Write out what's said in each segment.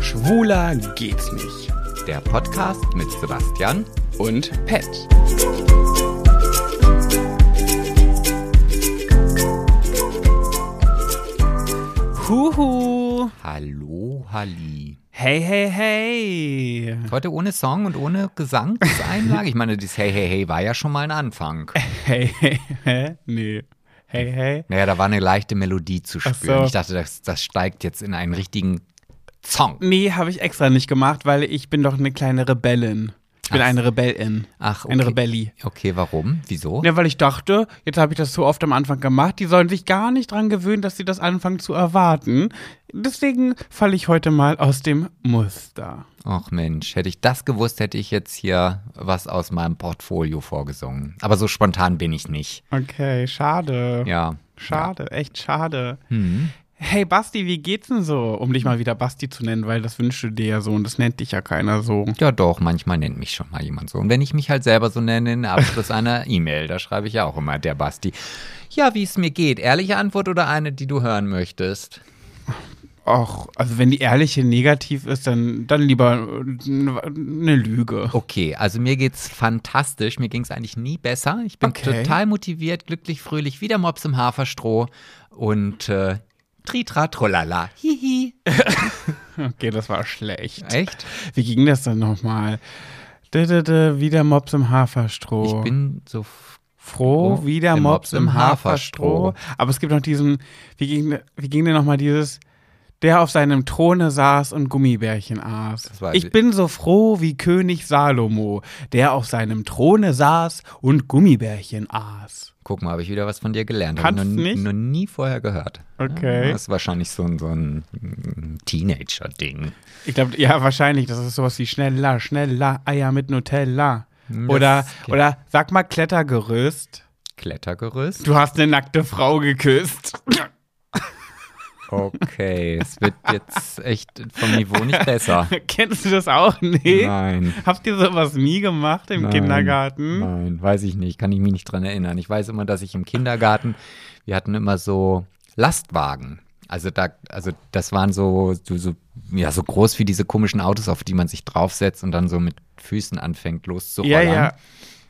Schwuler geht's nicht. Der Podcast mit Sebastian. Und Pet. Huhu. Hallo, Halli. Hey, hey, hey. Heute ohne Song und ohne Gesangseinlage. Ich meine, das Hey, hey, hey war ja schon mal ein Anfang. Hey, hey, hey. Nee. Hey, hey. Naja, da war eine leichte Melodie zu Ach spüren. so. Ich dachte, das, das steigt jetzt in einen richtigen Song. Nee, habe ich extra nicht gemacht, weil ich bin doch eine kleine Rebellin. Ich bin Ach. eine Rebellin. Ach, Eine okay. Rebelli. Okay, warum? Wieso? Ja, weil ich dachte, jetzt habe ich das so oft am Anfang gemacht, die sollen sich gar nicht dran gewöhnen, dass sie das anfangen zu erwarten. Deswegen falle ich heute mal aus dem Muster. Ach Mensch, hätte ich das gewusst, hätte ich jetzt hier was aus meinem Portfolio vorgesungen. Aber so spontan bin ich nicht. Okay, schade. Ja. Schade, echt schade. Hm. Hey Basti, wie geht's denn so? Um dich mal wieder Basti zu nennen, weil das wünschst du dir ja so und das nennt dich ja keiner so. Ja, doch, manchmal nennt mich schon mal jemand so. Und wenn ich mich halt selber so nenne, in Abschluss einer E-Mail, da schreibe ich ja auch immer der Basti. Ja, wie es mir geht. Ehrliche Antwort oder eine, die du hören möchtest? Och, also wenn die ehrliche negativ ist, dann, dann lieber äh, eine Lüge. Okay, also mir geht's fantastisch. Mir ging's eigentlich nie besser. Ich bin Okay. total motiviert, glücklich, fröhlich, wieder Mops im Haferstroh und äh, Tritra trolala. Hihi. Okay, das war schlecht. Echt? Wie ging das dann nochmal? D -d -d wieder Mops im Haferstroh. Ich bin so. f- froh, froh, wie der wie Mops im Haferstroh. Aber es gibt noch diesen, wie ging, wie ging denn nochmal dieses, der auf seinem Throne saß und Gummibärchen aß. Das weiß Ich ich. bin so froh wie König Salomo, der auf seinem Throne saß und Gummibärchen aß. Guck mal, habe ich wieder was von dir gelernt. Kannst ich noch, nicht? noch nie vorher gehört. Okay. Das ist wahrscheinlich so ein, so ein mm, Teenager-Ding. Ich glaube, ja, wahrscheinlich. Das ist sowas wie schneller, schneller, Eier mit Nutella. Oder, Hm, geht. oder sag mal Klettergerüst. Klettergerüst. Du hast eine nackte Frau geküsst. Okay, es wird jetzt echt vom Niveau nicht besser. Kennst du das auch? Nee. Nein. Habt ihr sowas nie gemacht im Nein, Kindergarten? Nein, weiß ich nicht. Kann ich mich nicht dran erinnern. Ich weiß immer, dass ich im Kindergarten, wir hatten immer so Lastwagen. Also da, also das waren so, so, so, ja, so groß wie diese komischen Autos, auf die man sich draufsetzt und dann so mit Füßen anfängt Ja, loszurollen. ja. Äh,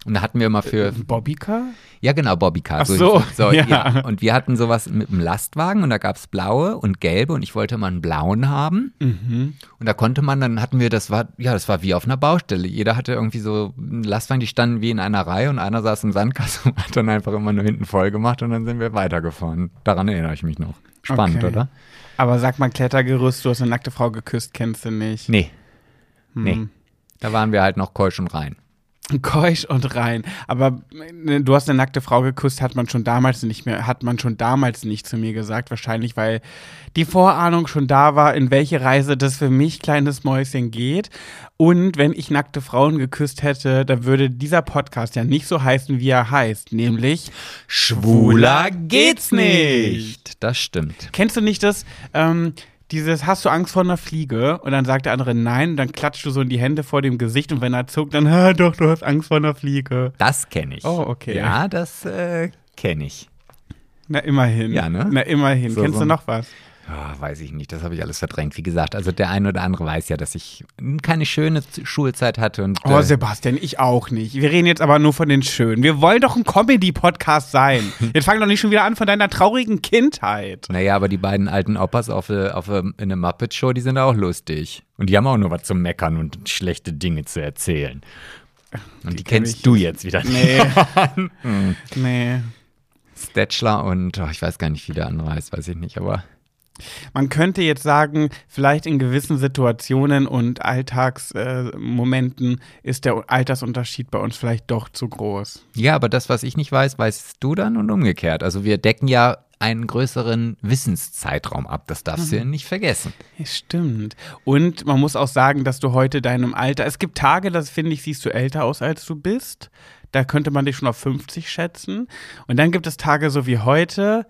Und da hatten wir immer für, Bobbycar? ja genau, Bobbycar. Ach so, ja. Und wir hatten sowas mit einem Lastwagen und da gab es blaue und gelbe und ich wollte mal einen blauen haben. Mhm. Und da konnte man, dann hatten wir, das war, ja, das war wie auf einer Baustelle. Jeder hatte irgendwie so einen Lastwagen, die standen wie in einer Reihe und einer saß im Sandkasten und hat dann einfach immer nur hinten voll gemacht und dann sind wir weitergefahren. Daran erinnere ich mich noch. Spannend, Okay. oder? Aber sag mal Klettergerüst, du hast eine nackte Frau geküsst, kennst du nicht. Nee. Hm. Nee. Da waren wir halt noch keusch und rein. Keusch und rein. Aber äh, du hast eine nackte Frau geküsst, hat man schon damals nicht mehr, hat man schon damals nicht zu mir gesagt. Wahrscheinlich, weil die Vorahnung schon da war, in welche Reise das für mich, kleines Mäuschen, geht. Und wenn ich nackte Frauen geküsst hätte, dann würde dieser Podcast ja nicht so heißen, wie er heißt. Nämlich Schwuler geht's nicht. Das stimmt. Kennst du nicht das, ähm, dieses, hast du Angst vor einer Fliege? Und dann sagt der andere nein, und dann klatscht du so in die Hände vor dem Gesicht und wenn er zuckt, dann, "Ah, doch, du hast Angst vor einer Fliege. Das kenne ich. Oh, okay. Ja, das äh, kenne ich. Na, immerhin. Ja, ne? Na, immerhin. So, Kennst so du ein- noch was? Ah, weiß ich nicht, das habe ich alles verdrängt. Wie gesagt, also der eine oder andere weiß ja, dass ich keine schöne Z- Schulzeit hatte und Oh, äh, Sebastian, ich auch nicht. Wir reden jetzt aber nur von den Schönen. Wir wollen doch ein Comedy-Podcast sein. Jetzt fang doch nicht schon wieder an von deiner traurigen Kindheit. naja, aber die beiden alten Oppas auf, äh, auf äh, in der Muppet Show, die sind auch lustig und die haben auch nur was zu meckern und schlechte Dinge zu erzählen. Und die, kenn kennst ich. du jetzt wieder nicht. Nee. nee. Stetschler und oh, ich weiß gar nicht, wie der andere heißt, weiß ich nicht, aber Man könnte jetzt sagen, vielleicht in gewissen Situationen und Alltagsmomenten äh, Momenten ist der Altersunterschied bei uns vielleicht doch zu groß. ja, aber das, was ich nicht weiß, weißt du dann und umgekehrt. Also wir decken ja einen größeren Wissenszeitraum ab. Das darfst du ja nicht vergessen. Ja, stimmt. Und man muss auch sagen, dass du heute deinem Alter, es gibt Tage, das finde ich, siehst du älter aus, als du bist. Da könnte man dich schon auf 50 schätzen. Und dann gibt es Tage so wie heute,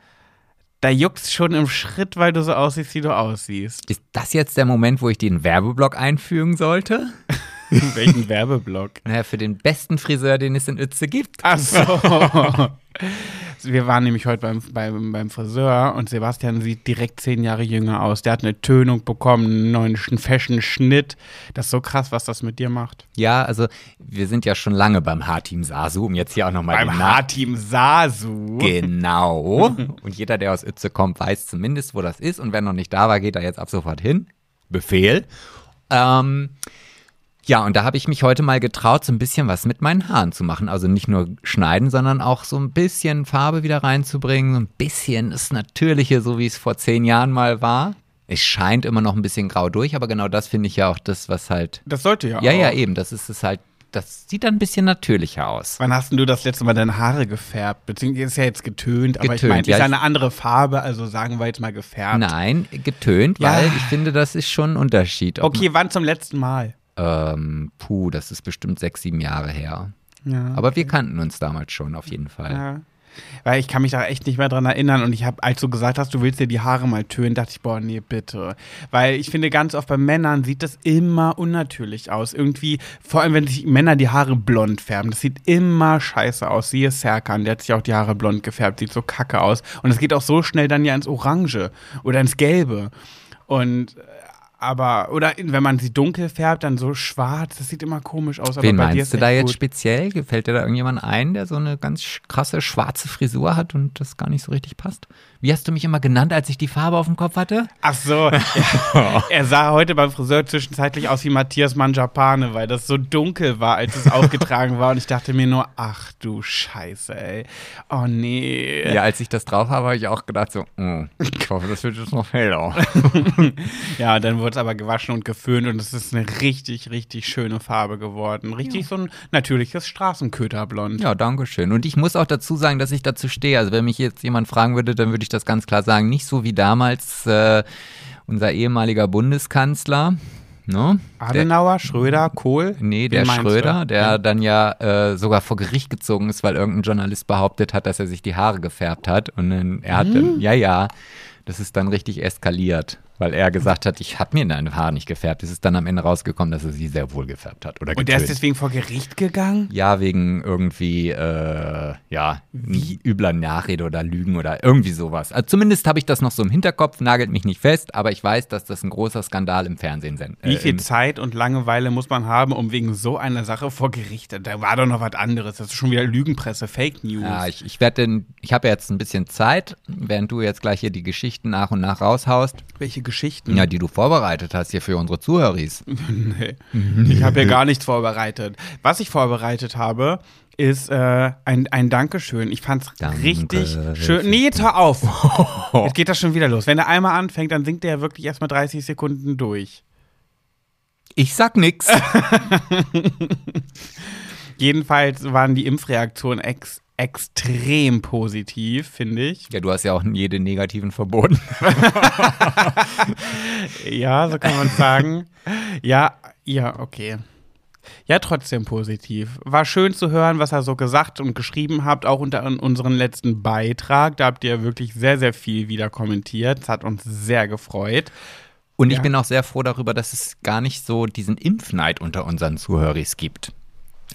da juckt's schon im Schritt, weil du so aussiehst, wie du aussiehst. Ist das jetzt der Moment, wo ich den Werbeblock einfügen sollte? Welchen Werbeblock? Naja, für den besten Friseur, den es in Ötze gibt. Ach so. Also wir waren nämlich heute beim, beim, beim Friseur und Sebastian sieht direkt zehn Jahre jünger aus. Der hat eine Tönung bekommen, einen neuen Sch- fashion Schnitt. Das ist so krass, was das mit dir macht. Ja, also wir sind ja schon lange beim H-Team Sasu, um jetzt hier auch nochmal beim H-Team Sasu. Genau. Und jeder, der aus Itze kommt, weiß zumindest, wo das ist. Und wer noch nicht da war, geht da jetzt ab sofort hin. Befehl. Ähm, ja, und da habe ich mich heute mal getraut, so ein bisschen was mit meinen Haaren zu machen. Also nicht nur schneiden, sondern auch so ein bisschen Farbe wieder reinzubringen. So ein bisschen das Natürliche, so wie es vor zehn Jahren mal war. Es scheint immer noch ein bisschen grau durch, aber genau das finde ich ja auch das, was halt. Das sollte ja Ja, auch. ja, eben. Das ist es halt. Das sieht dann ein bisschen natürlicher aus. Wann hast denn du das letzte Mal deine Haare gefärbt? Beziehungsweise ist ja jetzt getönt, aber ich Getönt, meine, ist ja, ja ich- eine andere Farbe, also sagen wir jetzt mal gefärbt. Nein, getönt, Ja. weil ich finde, das ist schon ein Unterschied. ob- Okay, wann zum letzten Mal? Ähm, puh, das ist bestimmt sechs, sieben Jahre her. Ja. Aber wir kannten uns damals schon, auf jeden Fall. Ja. Weil ich kann mich da echt nicht mehr dran erinnern und ich habe, als du gesagt hast, du willst dir die Haare mal tönen, dachte ich, boah, nee, bitte. Weil ich finde, ganz oft bei Männern sieht das immer unnatürlich aus. Irgendwie, vor allem, wenn sich Männer die Haare blond färben, das sieht immer scheiße aus. Siehe Serkan, der hat sich auch die Haare blond gefärbt, sieht so kacke aus. Und es geht auch so schnell dann ja ins Orange oder ins Gelbe. Und, äh, aber, oder wenn man sie dunkel färbt, dann so schwarz, das sieht immer komisch aus. Wen aber bei dir ist meinst du da echt jetzt gut. speziell? Gefällt dir da irgendjemand ein, der so eine ganz sch- krasse schwarze Frisur hat und das gar nicht so richtig passt? Wie hast du mich immer genannt, als ich die Farbe auf dem Kopf hatte? Ach so. Ja. er sah heute beim Friseur zwischenzeitlich aus wie Matthias Mangiapane, weil das so dunkel war, als es aufgetragen war. Und ich dachte mir nur, ach du Scheiße, ey. Oh nee. Ja, als ich das drauf habe, habe ich auch gedacht so, mm, ich hoffe, das wird jetzt noch heller. Ja, dann wurde es aber gewaschen und geföhnt und es ist eine richtig, richtig schöne Farbe geworden. Richtig so ein natürliches Straßenköterblond. Ja, danke schön. Und ich muss auch dazu sagen, dass ich dazu stehe. Also wenn mich jetzt jemand fragen würde, dann würde ich das ganz klar sagen. Nicht so wie damals äh, unser ehemaliger Bundeskanzler. Ne? Der, Adenauer, Schröder, Kohl. nee, Wen der meinst Schröder, du? der dann ja äh, sogar vor Gericht gezogen ist, weil irgendein Journalist behauptet hat, dass er sich die Haare gefärbt hat. Und dann, er hat Mhm. dann, ja, ja, das ist dann richtig eskaliert, weil er gesagt hat, ich habe mir deine Haare nicht gefärbt. Es ist dann am Ende rausgekommen, dass er sie sehr wohl gefärbt hat. Oder Und der ist getönt. deswegen vor Gericht gegangen? Ja, wegen irgendwie, äh, ja, n- übler Nachrede oder Lügen oder irgendwie sowas. Also zumindest habe ich das noch so im Hinterkopf, nagelt mich nicht fest, aber ich weiß, dass das ein großer Skandal im Fernsehen sen- äh, Wie viel im- Zeit und Langeweile muss man haben, um wegen so einer Sache vor Gericht? Da war doch noch was anderes. Das ist schon wieder Lügenpresse, Fake News. Ja, ich, ich werde den, ich habe ja jetzt ein bisschen Zeit, während du jetzt gleich hier die Geschichten nach und nach raushaust, Welche Geschichten? ja, die du vorbereitet hast hier für unsere Zuhörer. Nee. Ich habe hier gar nichts vorbereitet. Was ich vorbereitet habe, ist äh, ein, ein Dankeschön. Ich fand's Danke. richtig schön. Nee, jetzt hör auf. Jetzt geht das schon wieder los. Wenn er einmal anfängt, dann singt er wirklich erstmal 30 Sekunden durch. Ich sag nix. Jedenfalls waren die Impfreaktionen ex extrem positiv, finde ich. ja, du hast ja auch jede negativen verboten. Ja, so kann man sagen. ja, ja, okay. Ja, trotzdem positiv. War schön zu hören, was er so gesagt und geschrieben habt, auch unter an unserem letzten Beitrag. Da habt ihr wirklich sehr, sehr viel wieder kommentiert. Es hat uns sehr gefreut. Und ich Ja. bin auch sehr froh darüber, dass es gar nicht so diesen Impfneid unter unseren Zuhöris gibt.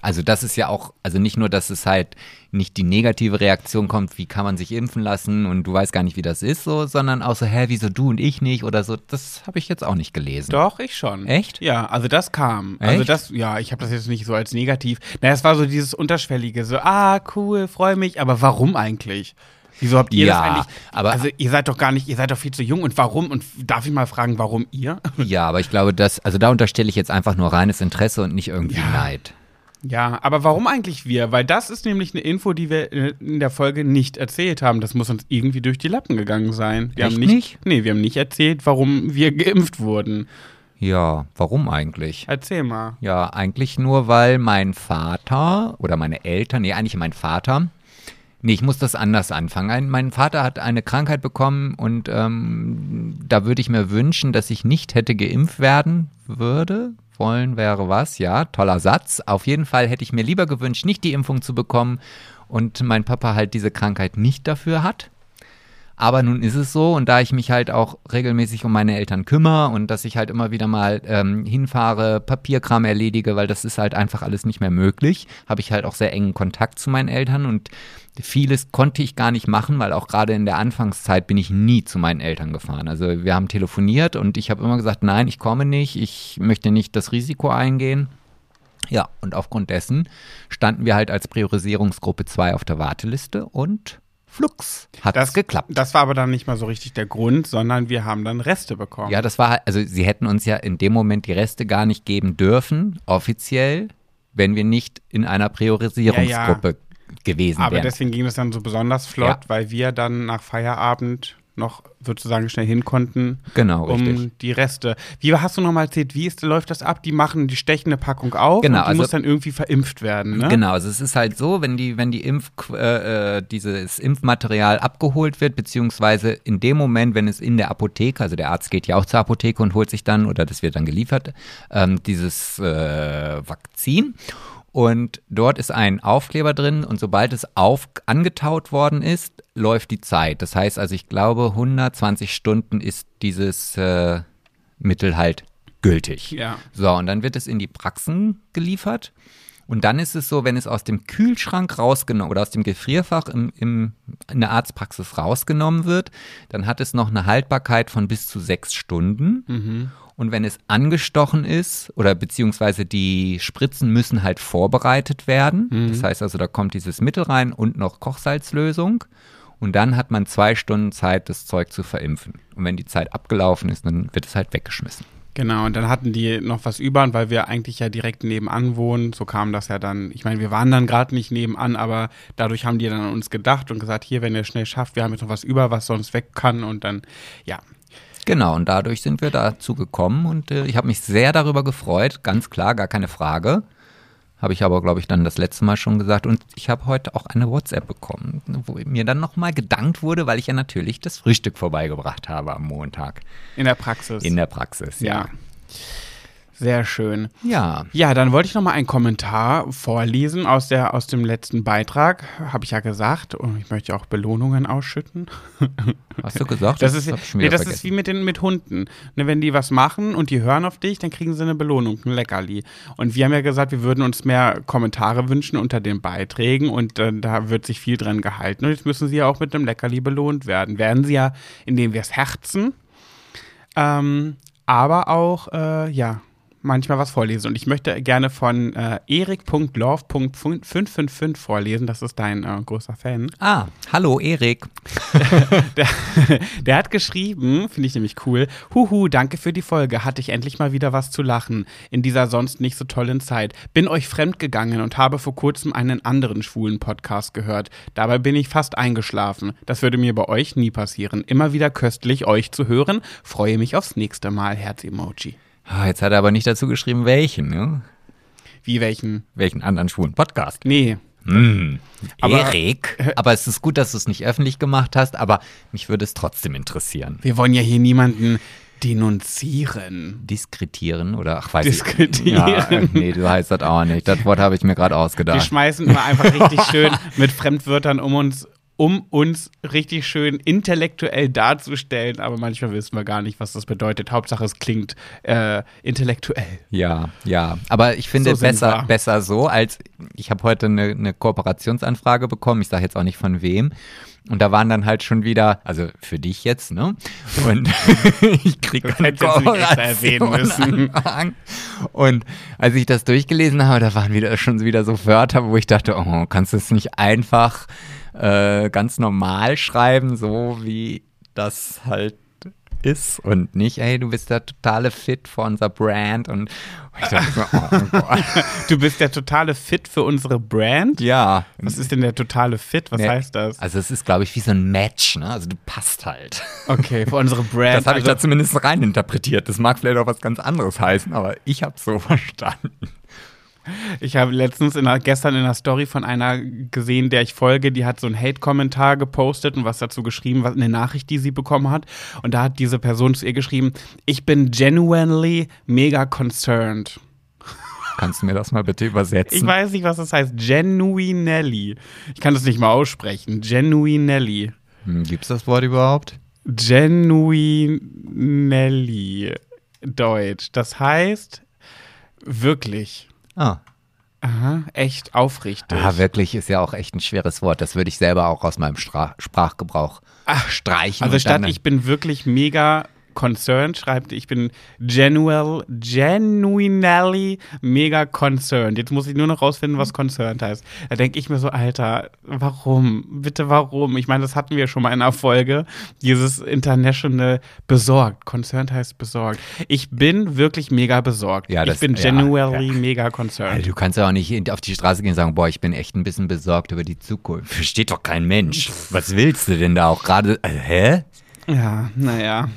Also das ist ja auch, also nicht nur, dass es halt nicht die negative Reaktion kommt, wie kann man sich impfen lassen und du weißt gar nicht, wie das ist, so, sondern auch so, hä, wieso du und ich nicht oder so, das habe ich jetzt auch nicht gelesen. Doch, ich schon. Echt? Ja, also das kam. Also Echt? das, ja, ich habe das jetzt nicht so als negativ. Na, es war so dieses Unterschwellige, so, ah, cool, freue mich. Aber warum eigentlich? Wieso habt ihr Ja, das eigentlich? aber- also ihr seid doch gar nicht, ihr seid doch viel zu jung. Und warum? Und darf ich mal fragen, warum ihr? Ja, aber ich glaube, dass, also da unterstelle ich jetzt einfach nur reines Interesse und nicht irgendwie Neid. Ja, aber warum eigentlich wir? Weil das ist nämlich eine Info, die wir äh, in der Folge nicht erzählt haben. Das muss uns irgendwie durch die Lappen gegangen sein. Wir Echt haben nicht, nicht? Nee, wir haben nicht erzählt, warum wir geimpft wurden. Ja, warum eigentlich? Erzähl mal. Ja, eigentlich nur, weil mein Vater oder meine Eltern, nee, eigentlich mein Vater. Nee, ich muss das anders anfangen. Ein, mein Vater hat eine Krankheit bekommen und ähm, da würde ich mir wünschen, dass ich nicht hätte geimpft werden würde. Wollen wäre was, ja, toller Satz. Auf jeden Fall hätte ich mir lieber gewünscht, nicht die Impfung zu bekommen und mein Papa halt diese Krankheit nicht dafür hat. Aber nun ist es so und da ich mich halt auch regelmäßig um meine Eltern kümmere und dass ich halt immer wieder mal ähm, hinfahre, Papierkram erledige, weil das ist halt einfach alles nicht mehr möglich, habe ich halt auch sehr engen Kontakt zu meinen Eltern und vieles konnte ich gar nicht machen, weil auch gerade in der Anfangszeit bin ich nie zu meinen Eltern gefahren. Also wir haben telefoniert und ich habe immer gesagt, nein, ich komme nicht, ich möchte nicht das Risiko eingehen. Ja, und aufgrund dessen standen wir halt als Priorisierungsgruppe 2 auf der Warteliste und flugs hat das es geklappt. Das war aber dann nicht mal so richtig der Grund, sondern wir haben dann Reste bekommen. Ja, das war, halt- also sie hätten uns ja in dem Moment die Reste gar nicht geben dürfen, offiziell, wenn wir nicht in einer Priorisierungsgruppe gewesen aber wären. deswegen ging das dann so besonders flott, weil wir dann nach Feierabend noch sozusagen schnell hin konnten. Genau, um richtig. die Reste. Wie hast du nochmal erzählt, wie ist, läuft das ab? Die machen, die stechen eine Packung auf Genau, und die also- muss dann irgendwie verimpft werden, ne? Genau, also es ist halt so, wenn die, wenn die Impf, äh, äh, dieses Impfmaterial abgeholt wird, beziehungsweise in dem Moment, wenn es in der Apotheke, also der Arzt geht ja auch zur Apotheke und holt sich dann, oder das wird dann geliefert, ähm, dieses äh, Vakzin. Und dort ist ein Aufkleber drin und sobald es auf, angetaut worden ist, läuft die Zeit. Das heißt also, ich glaube, 120 Stunden ist dieses äh, Mittel halt gültig. Ja. So, und dann wird es in die Praxen geliefert. Und dann ist es so, wenn es aus dem Kühlschrank rausgenommen oder aus dem Gefrierfach im, im, in der Arztpraxis rausgenommen wird, dann hat es noch eine Haltbarkeit von bis zu sechs Stunden. Und wenn es angestochen ist oder beziehungsweise die Spritzen müssen halt vorbereitet werden. Das heißt also, da kommt dieses Mittel rein und noch Kochsalzlösung. Und dann hat man zwei Stunden Zeit, das Zeug zu verimpfen. Und wenn die Zeit abgelaufen ist, dann wird es halt weggeschmissen. Genau, und dann hatten die noch was über, und weil wir eigentlich ja direkt nebenan wohnen, so kam das ja dann, ich meine, wir waren dann gerade nicht nebenan, aber dadurch haben die dann an uns gedacht und gesagt, hier, wenn ihr schnell schafft, wir haben jetzt noch was über, was sonst weg kann und dann, ja. Genau, und dadurch sind wir dazu gekommen und äh, ich habe mich sehr darüber gefreut, ganz klar, gar keine Frage. Habe ich aber, glaube ich, dann das letzte Mal schon gesagt. Und ich habe heute auch eine WhatsApp bekommen, wo mir dann nochmal gedankt wurde, weil ich ja natürlich das Frühstück vorbeigebracht habe am Montag In der Praxis. in der Praxis. ja. Sehr schön. Ja. Ja, dann wollte ich noch mal einen Kommentar vorlesen aus, der, aus dem letzten Beitrag, habe ich ja gesagt. Und ich möchte auch Belohnungen ausschütten. Hast du gesagt? Das, ist, hab ich schon nee, wieder das ist wie vergessen. mit, den, mit Hunden. Ne, wenn die was machen und die hören auf dich, dann kriegen sie eine Belohnung, ein Leckerli. Und wir haben ja gesagt, wir würden uns mehr Kommentare wünschen unter den Beiträgen und äh, da wird sich viel dran gehalten. Und jetzt müssen sie ja auch mit einem Leckerli belohnt werden. Werden sie ja, indem wir es herzen, ähm, aber auch, äh, ja, manchmal was vorlesen. Und ich möchte gerne von äh, erik.love.555 vorlesen. Das ist dein äh, großer Fan. Ah, hallo Erik. Der hat geschrieben, finde ich nämlich cool, Huhu, danke für die Folge, hatte ich endlich mal wieder was zu lachen in dieser sonst nicht so tollen Zeit. Bin euch fremdgegangen und habe vor kurzem einen anderen schwulen Podcast gehört. Dabei bin ich fast eingeschlafen. Das würde mir bei euch nie passieren. Immer wieder köstlich, euch zu hören. Freue mich aufs nächste Mal. Herz-Emoji. Ah, Jetzt hat er aber nicht dazu geschrieben, welchen, ne? Wie welchen? Welchen anderen schwulen Podcast. Nee. Aber- Aber, Mm. Erik, aber es ist gut, dass du es nicht öffentlich gemacht hast, aber mich würde es trotzdem interessieren. Wir wollen ja hier niemanden denunzieren. Diskretieren oder ach weiß Diskretieren. ich. Ja, äh, nee, du heißt das auch nicht. Das Wort habe ich mir gerade Wir ausgedacht. schmeißen immer einfach richtig schön mit Fremdwörtern um uns, um uns richtig schön intellektuell darzustellen, aber manchmal wissen wir gar nicht, was das bedeutet. Hauptsache, es klingt äh, intellektuell. Ja, ja. Aber ich finde So sind besser, wir. besser so, als ich habe heute eine, eine Kooperationsanfrage bekommen, ich sage jetzt auch nicht von wem. Und da waren dann halt schon wieder, also für dich jetzt, ne? Und ich kriege eine hättest du nicht extra erwähnen Kooperation an. Und als ich das durchgelesen habe, da waren wieder schon wieder so Wörter, wo ich dachte, oh, kannst du es nicht einfach äh, ganz normal schreiben, so wie das halt ist und nicht, ey, du bist der totale Fit für unser Brand und ich dachte so, oh Gott. Du bist der totale Fit für unsere Brand. ja. Was ist denn der totale Fit? Was Nee. heißt das? Also es ist, glaube ich, wie so ein Match, ne? Also du passt halt. Okay, für unsere Brand. Das habe ich also, da zumindest reininterpretiert. Das mag vielleicht auch was ganz anderes heißen, aber ich habe so verstanden. Ich habe letztens in einer, gestern in einer Story von einer gesehen, der ich folge, die hat so einen Hate-Kommentar gepostet und was dazu geschrieben, was eine Nachricht, die sie bekommen hat. Und da hat diese Person zu ihr geschrieben, ich bin genuinely mega concerned. Kannst du mir das mal bitte übersetzen? Ich weiß nicht, was das heißt. Genuinelli. Ich kann das nicht mal aussprechen. Genuinelli. Hm, Gibt's das Wort überhaupt? Genuinelli Deutsch. Das heißt wirklich. Ah. Aha, echt aufrichtig. ah, wirklich ist ja auch echt ein schweres Wort. Das würde ich selber auch aus meinem Stra Sprachgebrauch streichen. also und statt dann- äh, ich bin wirklich mega concerned, schreibt ich bin genuel, genuinely mega concerned. Jetzt muss ich nur noch rausfinden, was concerned heißt. Da denke ich mir so, Alter, warum? Bitte warum? Ich meine, das hatten wir schon mal in einer Folge. Dieses international besorgt. Concerned heißt besorgt. Ich bin wirklich mega besorgt. Ja, ich das- bin ja, genuinely ja. Also mega concerned. Alter, du kannst ja auch nicht in- auf die Straße gehen und sagen, boah, ich bin echt ein bisschen besorgt über die Zukunft. Versteht doch kein Mensch. Was willst du denn da auch gerade? Äh, hä? Ja, naja.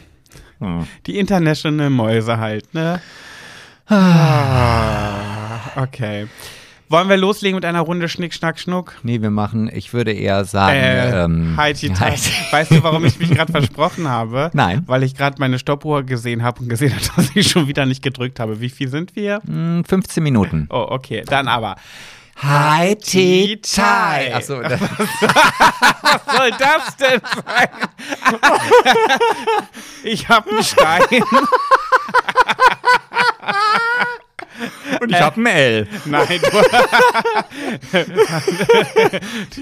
Hm. Die International Mäuse halt, ne? Ah, okay. Wollen wir loslegen mit einer Runde Schnick, Schnack, Schnuck? Nee, wir machen, ich würde eher sagen, Äh, ähm, Heidi, Heidi- Heidi. Weißt du, warum ich mich gerade versprochen habe? Nein. Weil ich gerade meine Stoppuhr gesehen habe und gesehen habe, dass ich schon wieder nicht gedrückt habe. Wie viel sind wir? Hm, 15 Minuten. Oh, okay. Dann aber. Hi, Tea, Thai. Achso, das, Was soll das denn sein? Ich habe einen Stein. und ich hab ein L. Nein, du,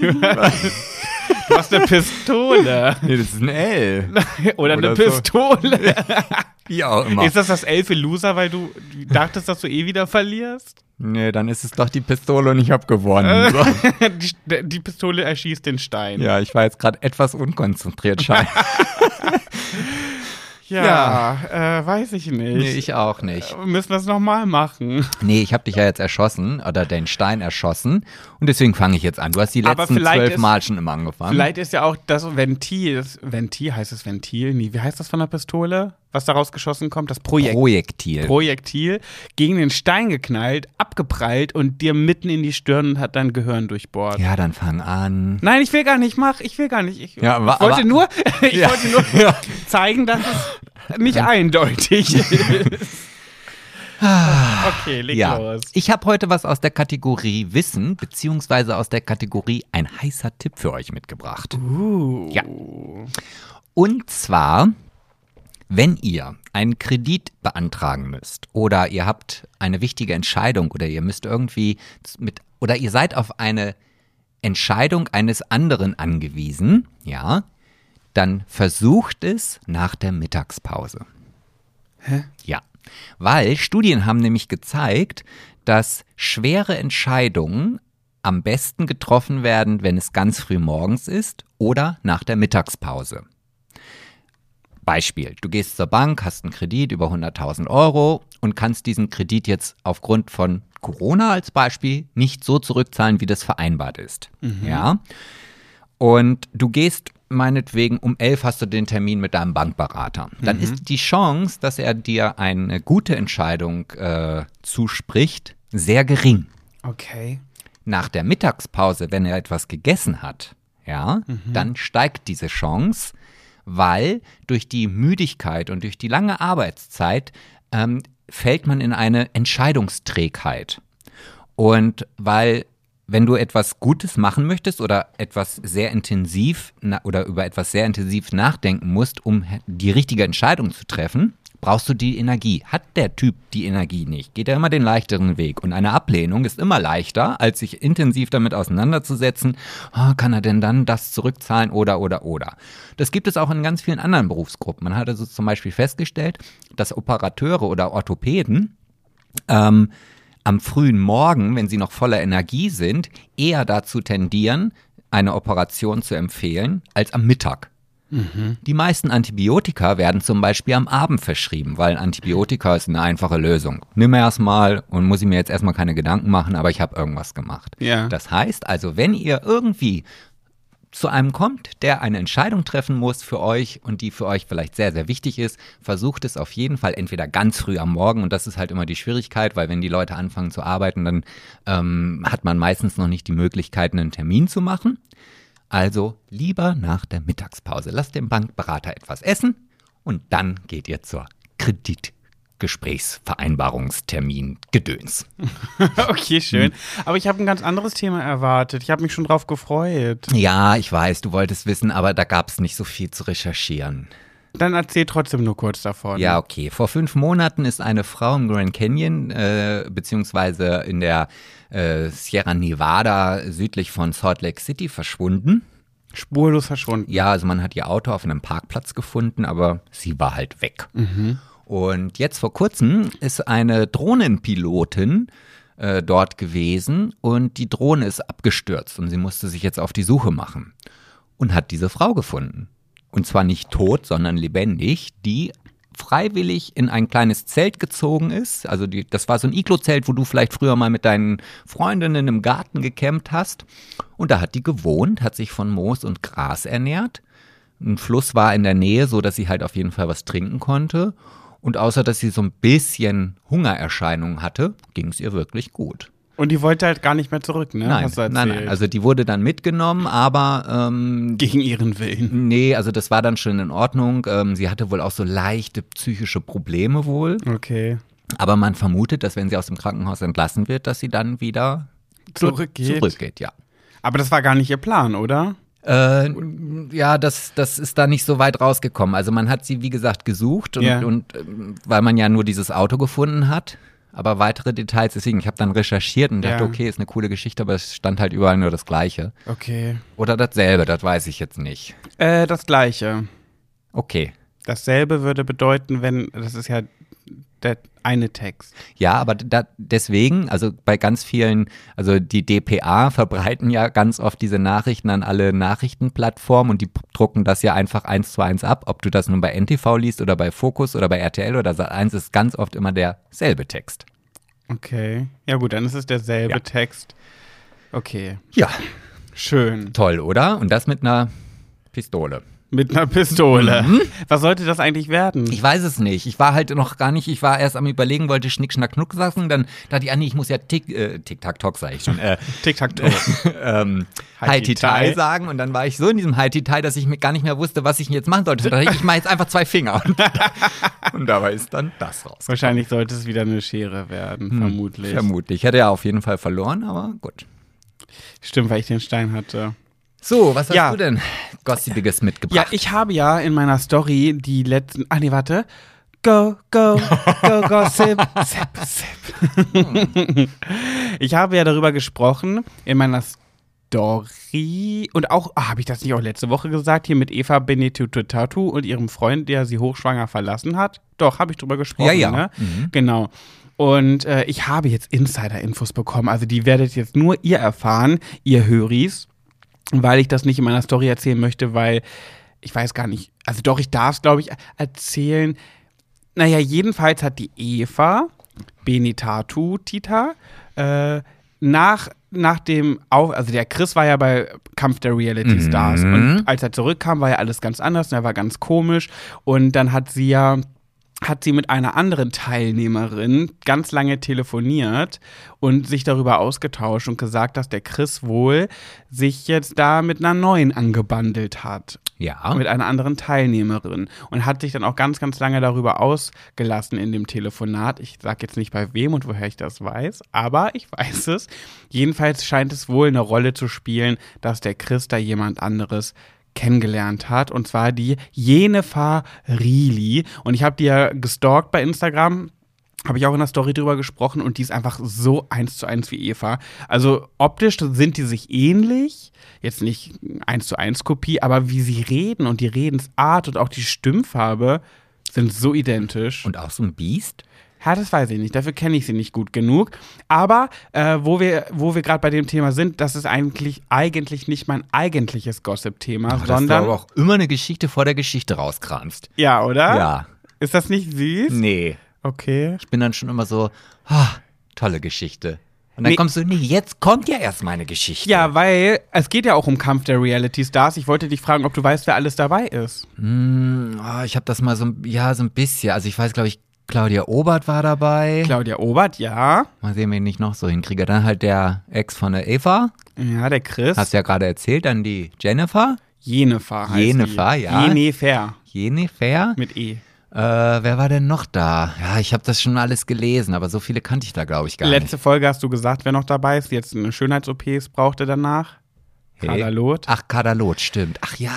du, du hast eine Pistole. Nee, das ist ein L. Oder, eine Oder so. Pistole. Wie auch immer. Ist das das L für Loser, weil du dachtest, dass du eh wieder verlierst? nee, dann ist es doch die Pistole und ich hab gewonnen. So. Die, die Pistole erschießt den Stein. Ja, ich war jetzt gerade etwas unkonzentriert, scheinbar. Ja, Äh, weiß ich nicht. nee, ich auch nicht. Müssen wir es nochmal machen. Nee, ich habe dich ja jetzt erschossen oder den Stein erschossen und deswegen fange ich jetzt an. Du hast die Aber letzten vielleicht zwölf ist- Mal schon immer angefangen. Vielleicht ist ja auch das Ventil, das Ventil heißt es Ventil, nee, wie heißt das von der Pistole? Was daraus geschossen kommt? Das Projekt. Projektil. Projektil gegen den Stein geknallt, abgeprallt und dir mitten in die Stirn und hat dein Gehirn durchbohrt. ja, dann fang an. Nein, ich will gar nicht, mach, ich will gar nicht. Ich Ja, aber- wollte aber- nur, ich Ja. wollte nur zeigen, dass es nicht eindeutig ist. okay, leg Ja, los. ich habe heute was aus der Kategorie Wissen beziehungsweise aus der Kategorie ein heißer Tipp für euch mitgebracht. Ja. Und zwar, wenn ihr einen Kredit beantragen müsst oder ihr habt eine wichtige Entscheidung oder ihr müsst irgendwie z- mit oder ihr seid auf eine Entscheidung eines anderen angewiesen, ja, dann versucht es nach der Mittagspause. Ja, weil Studien haben nämlich gezeigt, dass schwere Entscheidungen am besten getroffen werden, wenn es ganz früh morgens ist oder nach der Mittagspause. Beispiel, du gehst zur Bank, hast einen Kredit über 100.000 Euro und kannst diesen Kredit jetzt aufgrund von Corona als Beispiel nicht so zurückzahlen, wie das vereinbart ist. Ja. Und du gehst meinetwegen um elf hast du den Termin mit deinem Bankberater. Dann ist die Chance, dass er dir eine gute Entscheidung äh, zuspricht, sehr gering. Okay. Nach der Mittagspause, wenn er etwas gegessen hat, ja, dann steigt diese Chance, weil durch die Müdigkeit und durch die lange Arbeitszeit ähm, fällt man in eine Entscheidungsträgheit. Und weil, wenn du etwas Gutes machen möchtest oder etwas sehr intensiv na, oder über etwas sehr intensiv nachdenken musst, um he- die richtige Entscheidung zu treffen, brauchst du die Energie. Hat der Typ die Energie nicht, geht er immer den leichteren Weg. Und eine Ablehnung ist immer leichter, als sich intensiv damit auseinanderzusetzen, Ah, kann er denn dann das zurückzahlen oder oder oder. Das gibt es auch in ganz vielen anderen Berufsgruppen. Man hat also zum Beispiel festgestellt, dass Operateure oder Orthopäden ähm, am frühen Morgen, wenn sie noch voller Energie sind, eher dazu tendieren, eine Operation zu empfehlen, als am Mittag. Die meisten Antibiotika werden zum Beispiel am Abend verschrieben, weil Antibiotika ist eine einfache Lösung. Nimm erstmal und muss ich mir jetzt erstmal keine Gedanken machen, aber ich habe irgendwas gemacht. Ja. Das heißt also, wenn ihr irgendwie zu einem kommt, der eine Entscheidung treffen muss für euch und die für euch vielleicht sehr, sehr wichtig ist, versucht es auf jeden Fall entweder ganz früh am Morgen und das ist halt immer die Schwierigkeit, weil wenn die Leute anfangen zu arbeiten, dann ähm, hat man meistens noch nicht die Möglichkeit, einen Termin zu machen. Also lieber nach der Mittagspause. Lasst den Bankberater etwas essen und dann geht ihr zur Kredit. Gesprächsvereinbarungstermin Gedöns. okay, Hm. schön. Aber ich habe ein ganz anderes Thema erwartet. Ich habe mich schon drauf gefreut. Ja, ich weiß, du wolltest wissen, aber da gab es nicht so viel zu recherchieren. Dann erzähl trotzdem nur kurz davon. Ja, okay. Vor fünf Monaten ist eine Frau im Grand Canyon, äh, beziehungsweise in der äh, Sierra Nevada südlich von Salt Lake City verschwunden. Spurlos verschwunden. Ja, also man hat ihr Auto auf einem Parkplatz gefunden, aber sie war halt weg. Und jetzt vor kurzem ist eine Drohnenpilotin äh, dort gewesen und die Drohne ist abgestürzt und sie musste sich jetzt auf die Suche machen und hat diese Frau gefunden. Und zwar nicht tot, sondern lebendig, die freiwillig in ein kleines Zelt gezogen ist. Also die, das war so ein Iglo-Zelt, wo du vielleicht früher mal mit deinen Freundinnen im Garten gecampt hast. Und da hat die gewohnt, hat sich von Moos und Gras ernährt. Ein Fluss war in der Nähe, so dass sie halt auf jeden Fall was trinken konnte. Und außer dass sie so ein bisschen Hungererscheinungen hatte, ging es ihr wirklich gut. Und die wollte halt gar nicht mehr zurück, ne? Nein, Hast du nein, erzählt. nein. Also die wurde dann mitgenommen, aber ähm, Gegen ihren Willen. nee, also das war dann schon in Ordnung. Ähm, sie hatte wohl auch so leichte psychische Probleme wohl. Okay. Aber man vermutet, dass wenn sie aus dem Krankenhaus entlassen wird, dass sie dann wieder Zurückgeht. zurückgeht, ja. Aber das war gar nicht ihr Plan, oder? Äh, ja, das, das ist da nicht so weit rausgekommen. Also man hat sie, wie gesagt, gesucht und, Ja. und ähm, weil man ja nur dieses Auto gefunden hat. Aber weitere Details, deswegen, ich habe dann recherchiert und dachte, Ja. okay, ist eine coole Geschichte, aber es stand halt überall nur das Gleiche. Okay. Oder dasselbe, das weiß ich jetzt nicht. Äh, das gleiche. Okay. Dasselbe würde bedeuten, wenn, das ist ja der eine Text. Ja, aber da, deswegen, also bei ganz vielen, also die DPA verbreiten ja ganz oft diese Nachrichten an alle Nachrichtenplattformen und die p- drucken das ja einfach eins zu eins ab. Ob du das nun bei NTV liest oder bei Focus oder bei RTL oder Sat1 ist ganz oft immer derselbe Text. Okay. Ja gut, dann ist es derselbe Ja. Text. Okay. Ja, Schön. toll, oder? Und das mit einer Pistole. Mit einer Pistole. Was sollte das eigentlich werden? Ich weiß es nicht. Ich war halt noch gar nicht, ich war erst am überlegen, wollte Schnick, Schnack, Knuck sagen, dann dachte ich, ah nee, ich muss ja Tick, äh, Tick-Tack-Tock, sage ich schon, äh, Tic-Tac-Toe. ähm, Hi, Ti Tai. Haiti-Tai sagen und dann war ich so in diesem Haiti-Tai, dass ich mir gar nicht mehr wusste, was ich jetzt machen sollte. Da dachte ich, ich mache jetzt einfach zwei Finger. Und, und dabei ist dann das raus. Wahrscheinlich sollte es wieder eine Schere werden, vermutlich. Vermutlich. Hätte er auf jeden Fall verloren, aber gut. Stimmt, weil ich den Stein hatte. So, was hast Ja. du denn Gossipiges Ja, mitgebracht? ich habe ja in meiner Story die letzten. Ah, nee, warte. Go, go, go, gossip, zip, zip. ich habe ja darüber gesprochen in meiner Story und auch, ah, habe ich das nicht auch letzte Woche gesagt, hier mit Eva Benetito Tatu und ihrem Freund, der sie hochschwanger verlassen hat? Doch, habe ich drüber gesprochen. Ja, Mhm. ja. Ne? Genau. Und äh, ich habe jetzt Insider-Infos bekommen, also die werdet jetzt nur ihr erfahren, ihr Höris weil ich das nicht in meiner Story erzählen möchte, weil ich weiß gar nicht, also doch, ich darf es, glaube ich, erzählen. Naja, jedenfalls hat die Eva Benitatu Tita äh, nach, nach dem Auf, also der Chris war ja bei Kampf der Reality Stars und als er zurückkam, war ja alles ganz anders und er war ganz komisch und dann hat sie ja hat sie mit einer anderen Teilnehmerin ganz lange telefoniert und sich darüber ausgetauscht und gesagt, dass der Chris wohl sich jetzt da mit einer neuen angebandelt hat Ja. mit einer anderen Teilnehmerin und hat sich dann auch ganz, ganz lange darüber ausgelassen in dem Telefonat. Ich sage jetzt nicht bei wem und woher ich das weiß, aber ich weiß es. Jedenfalls scheint es wohl eine Rolle zu spielen, dass der Chris da jemand anderes kennengelernt hat und zwar die Jenefer Rili und ich habe die ja gestalkt bei Instagram habe ich auch in der Story drüber gesprochen und die ist einfach so eins zu eins wie Eva. Also optisch sind die sich ähnlich, jetzt nicht eins zu eins Kopie, aber wie sie reden und die Redensart und auch die Stimmfarbe sind so identisch. Und auch so ein Biest? Ja, das weiß ich nicht. Dafür kenne ich sie nicht gut genug. Aber äh, wo wir, wo wir gerade bei dem Thema sind, das ist eigentlich, eigentlich nicht mein eigentliches Gossip-Thema, Ach, dass du sondern. aber auch immer eine Geschichte vor der Geschichte rauskramst. ja, oder? Ja. Ist das nicht süß? Nee. Okay. Ich bin dann schon immer so, ah, tolle Geschichte. Und dann Nee. kommst du, nee, jetzt kommt ja erst meine Geschichte. Ja, weil es geht ja auch um Kampf der Reality Stars. Ich wollte dich fragen, ob du weißt, wer alles dabei ist. Ah, ich habe das mal so, ein- ja, so ein bisschen. Also ich weiß, glaube ich, Claudia Obert war dabei. Claudia Obert, ja. mal sehen, wen ich noch so hinkriege. Dann halt der Ex von der Eva, Ja, der Chris. hast du ja gerade erzählt. Dann die Jennifer. Jenefer heißt Jenefer, die. ja. Jenefer Jennifer. mit E. Äh, wer war denn noch da? Ja, ich habe das schon alles gelesen, aber so viele kannte ich da, glaube ich, gar Letzte Folge hast du gesagt, wer noch dabei ist, die jetzt eine Schönheits-OP brauchte danach. nicht. Carla Loth. Ach, Kadalot, stimmt. Ach ja.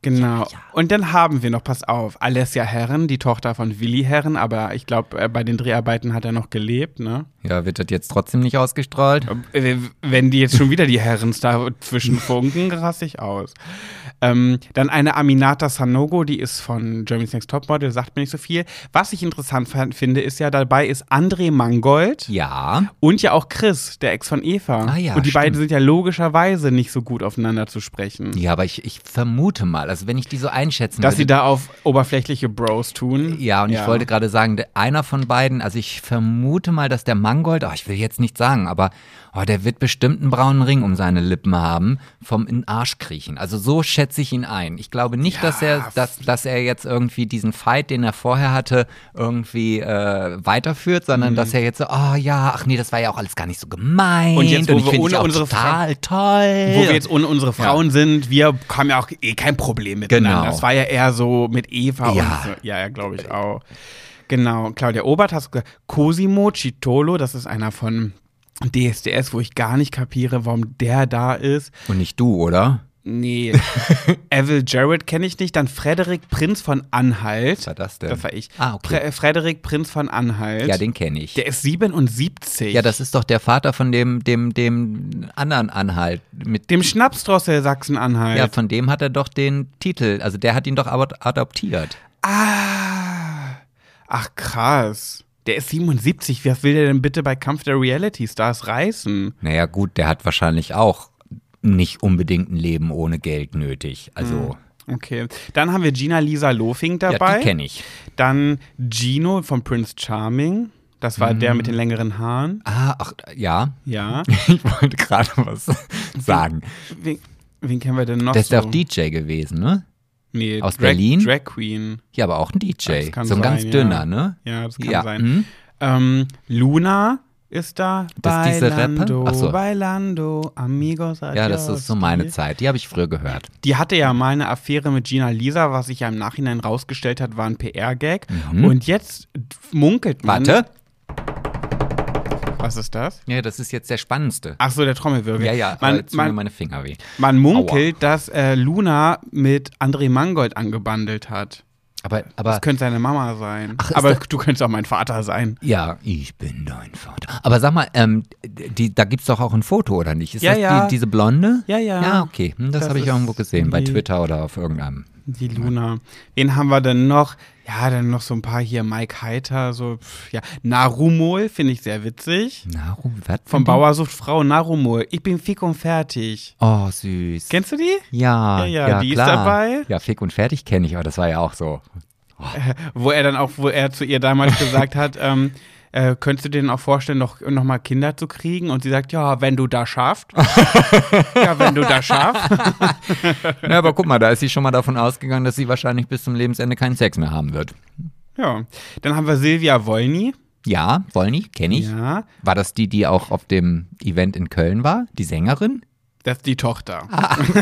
Genau. Ah, Ja, ja. Und dann haben wir noch, pass auf, Alessia Herren, die Tochter von Willi Herren, aber ich glaube, bei den Dreharbeiten hat er noch gelebt, ne? Ja, wird das jetzt trotzdem nicht ausgestrahlt? Äh, Wenn die jetzt schon wieder die Herrens da zwischenfunken, raste ich aus. Ähm, dann eine Aminata Sanogo, die ist von Germany's Next Topmodel, sagt mir nicht so viel. Was ich interessant fand, finde, ist ja dabei ist André Mangold Ja. und ja auch Chris, der Ex von Eva. Ah ja, und die stimmt. beiden sind ja logischerweise nicht so gut aufeinander zu sprechen. Ja, aber ich, ich vermute mal, also wenn ich die so einschätzen Dass sie würde. da auf oberflächliche Bros tun. ja, und ich wollte gerade sagen, der- einer von beiden, also ich vermute mal, dass der Mangold, oh, ich will jetzt nicht sagen, aber oh, der wird bestimmt einen braunen Ring um seine Lippen haben, vom in den Arsch kriechen. Also so schätze ich ihn ein. Ich glaube nicht, dass er, dass, dass er jetzt irgendwie diesen Fight, den er vorher hatte, irgendwie äh, weiterführt, sondern Mhm. dass er jetzt so, oh ja, ach nee, das war ja auch alles gar nicht so gemeint. Und jetzt, wo und ich wir finde ohne dich auch unsere Fra- total toll. Wo wir jetzt ohne unsere Frauen sind, wir haben ja auch eh kein Problem miteinander. Genau. Das war ja eher so mit Eva Ja. und so. Ja, ja, glaube ich auch. Genau, Claudia Obert hast du gesagt. Cosimo Citolo, das ist einer von DSDS, wo ich gar nicht kapiere, warum der da ist. und nicht du, oder? Nee. Evil Jarrett kenne ich nicht. Dann Frederik Prinz von Anhalt. Was war das denn? Das war ich. Ah, okay. Fre- Frederik Prinz von Anhalt. Ja, den kenne ich. der ist 77. Ja, das ist doch der Vater von dem, dem, dem anderen Anhalt. Mit dem Schnapsdrossel Sachsen-Anhalt. ja, von dem hat er doch den Titel. Also der hat ihn doch aber adoptiert. Ah. Ach krass. Der ist 77. Was will der denn bitte bei Kampf der Reality Stars reißen? Naja, gut, der hat wahrscheinlich auch nicht unbedingt ein Leben ohne Geld nötig. Also, Okay. Dann haben wir Gina Lisa Lofink ja, dabei. die kenne ich. Dann Gino von Prince Charming. Das war Mhm. der mit den längeren Haaren. Ah, ach, ja. Ja. Ich wollte gerade was sagen. Wen, wen kennen wir denn noch? Der ist so? auch DJ gewesen, ne? nee, aus Drag, Berlin? Drag Queen. Ja, aber auch ein DJ. Das kann So ein ganz sein, dünner, ja. ne? Ja, das kann Ja, sein. hm? Ähm, Luna ist da. Das ist diese Rapper? Bailando, Ach so. Bailando, amigos, adios. Ja, das ist so meine Zeit. Die habe ich früher gehört. Die hatte ja mal eine Affäre mit Gina Lisa, was sich ja im Nachhinein rausgestellt hat, war ein PR-Gag. Und jetzt munkelt man. Mhm. Warte. Was ist das? Ja, das ist jetzt der spannendste. Ach so, der Trommelwirbel. Ja, ja, Man, äh, tun mir man, meine Finger weh. man munkelt, dass äh, Luna mit André Mangold angebandelt hat. Aber, aber Das könnte seine Mama sein. Ach, ist Aber das- du könntest auch mein Vater sein. ja, ich bin dein Vater. Aber sag mal, ähm, die, da gibt's doch auch ein Foto, oder nicht? Ist Ja, das ja. Die, diese Blonde? Ja, ja. Ja, okay. Hm, das Das habe ich ist irgendwo gesehen, bei die- Twitter oder auf irgendeinem. Die Luna. Wen haben wir denn noch? Ja, dann noch so ein paar hier. Mike Heiter, so. Pff, ja. Narumol finde ich sehr witzig. Na, was? Vom Bauer sucht Frau Narumol. Ich bin fick und fertig. Oh, süß. Kennst du die? ja, Ja, ja, ja, die ist klar. dabei. Ja, Fick und Fertig kenne ich, aber das war ja auch so. Wo er dann auch, wo er zu ihr damals gesagt hat, ähm, äh, könntest du dir denn auch vorstellen, noch, noch mal Kinder zu kriegen? Und sie sagt, ja, wenn du das schaffst. ja, wenn du das schaffst. Ja, aber guck mal, da ist sie schon mal davon ausgegangen, dass sie wahrscheinlich bis zum Lebensende keinen Sex mehr haben wird. Ja. Dann haben wir Silvia Wollny. Ja, Wollny, kenne ich. Ja. War das die, die auch auf dem Event in Köln war? Die Sängerin? Das ist die Tochter.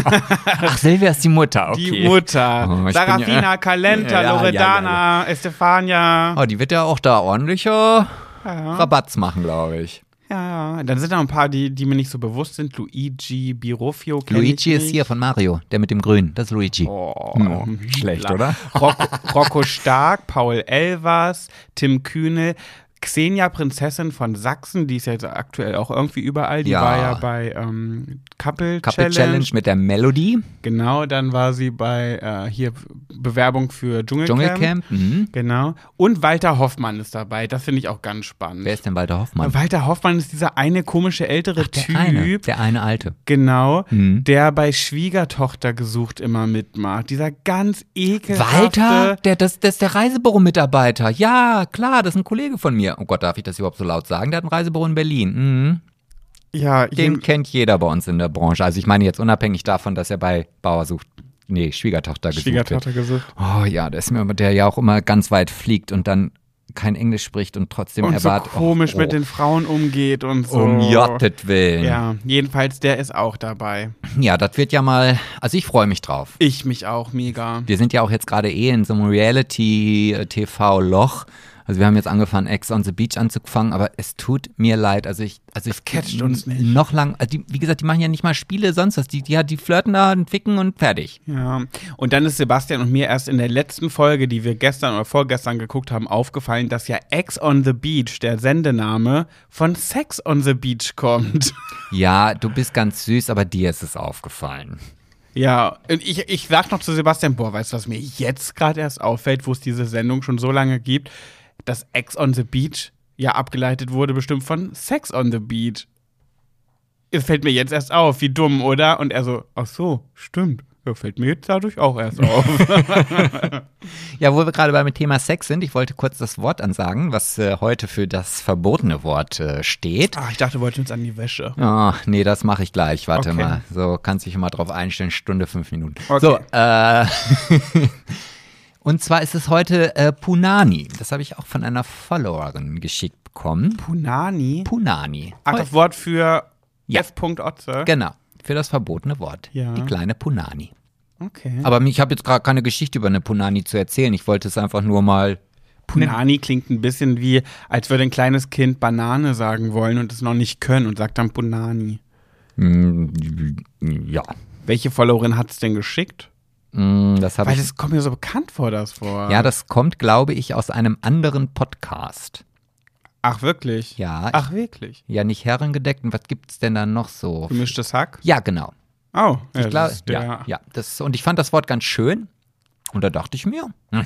Ach, Silvia ist die Mutter, Ah, okay. Die Mutter. Oh, ich bin ja- Sarafina Calenta, Ja, ja, Loredana, Estefania. Oh, die wird ja auch da ordentlicher Rabatz machen, glaube ich. Ja, dann sind da ein paar, die, die mir nicht so bewusst sind. Luigi Biroffio. kenn Luigi ich ist nicht. hier von Mario, der mit dem Grün. Das ist Luigi. Oh, Oh, schlecht, oder? Rock, Rocco Stark, Paul Elvers, Tim Kühnel, Xenia Prinzessin von Sachsen, die ist ja jetzt aktuell auch irgendwie überall. Die Ja. war ja bei ähm, Couple, Couple Challenge. Challenge mit der Melody, Genau, dann war sie bei äh, hier Bewerbung für Dschungelcamp. Dschungelcamp. Mhm. Genau. Und Walter Hoffmann ist dabei. Das finde ich auch ganz spannend. Wer ist denn Walter Hoffmann? Walter Hoffmann ist dieser eine komische ältere der Typ. eine, der eine Alte. Genau, Mhm. der bei Schwiegertochter gesucht immer mitmacht. Dieser ganz ekelhafte. Walter, der, das, das ist der Reisebüro-Mitarbeiter. Ja, klar, das ist ein Kollege von mir. Oh Gott, darf ich das überhaupt so laut sagen? Der hat ein Reisebüro in Berlin. Mhm. Ja, Den den kennt jeder bei uns in der Branche. Also ich meine jetzt unabhängig davon, dass er bei Bauer sucht. Nee, Schwiegertochter gesucht wird. Schwiegertochter gesucht. Oh ja, der ist mir der ja auch immer ganz weit fliegt und dann kein Englisch spricht und trotzdem und so erwartet. komisch oh, oh, mit den Frauen umgeht und so. Um Jottet willen. Ja, Ja, jedenfalls der ist auch dabei. das wird ja mal. Also ich freue mich drauf. Ich mich auch mega. Wir sind ja auch jetzt gerade eh in so einem Reality-TV-Loch. Also wir haben jetzt angefangen, Ex on the Beach anzufangen, aber es tut mir leid. Also ich, also ich catcht uns nicht. noch lang. Also die, wie gesagt, die machen ja nicht mal Spiele, sonst was. Die, die, die flirten da und ficken und fertig. Ja, und dann ist Sebastian und mir erst in der letzten Folge, die wir gestern oder vorgestern geguckt haben, aufgefallen, dass ja Ex on the Beach, der Sendename, von Sex on the Beach kommt. Ja, du bist ganz süß, aber dir ist es aufgefallen. ja, und ich, ich sag noch zu Sebastian, boah, weißt du, was mir jetzt gerade erst auffällt, wo es diese Sendung schon so lange gibt, dass Ex on the Beach ja abgeleitet wurde bestimmt von Sex on the Beach. Es fällt mir jetzt erst auf, wie dumm, oder? Und er so, ach so, stimmt. Ja, fällt mir jetzt dadurch auch erst auf. Ja, wo wir gerade beim Thema Sex sind, ich wollte kurz das Wort ansagen, was äh, heute für das verbotene Wort äh, steht. ah, ich dachte, wir wollten uns an die Wäsche. Oh, nee, das mache ich gleich. Warte Ah. Okay. mal. So, kannst dich mal drauf einstellen. Stunde, fünf Minuten. Okay. So, äh, und zwar ist es heute äh, Punani. Das habe ich auch von einer Followerin geschickt bekommen. Punani? Punani. Ach, das Wort für Ja. F.Otze? genau. Für das verbotene Wort. Ja. Die kleine Punani. Okay. Aber ich habe jetzt gerade keine Geschichte über eine Punani zu erzählen. Ich wollte es einfach nur mal Punani klingt ein bisschen wie, als würde ein kleines Kind Banane sagen wollen und es noch nicht können und sagt dann Punani. Mm, Ja, Welche Followerin hat es denn geschickt? Mm, das habe Weil ich. es kommt mir so bekannt vor, das vor. ja, das kommt, glaube ich, aus einem anderen Podcast. Ach, wirklich? Ja, ich- Ach, wirklich? ja nicht herrengedeckt. Und was gibt's denn da noch so? Gemischtes Hack? Ja, genau. Oh, ja, Ich glaub, das ist der. ja, ja, das und ich fand das Wort ganz schön. Und da dachte ich mir, hm,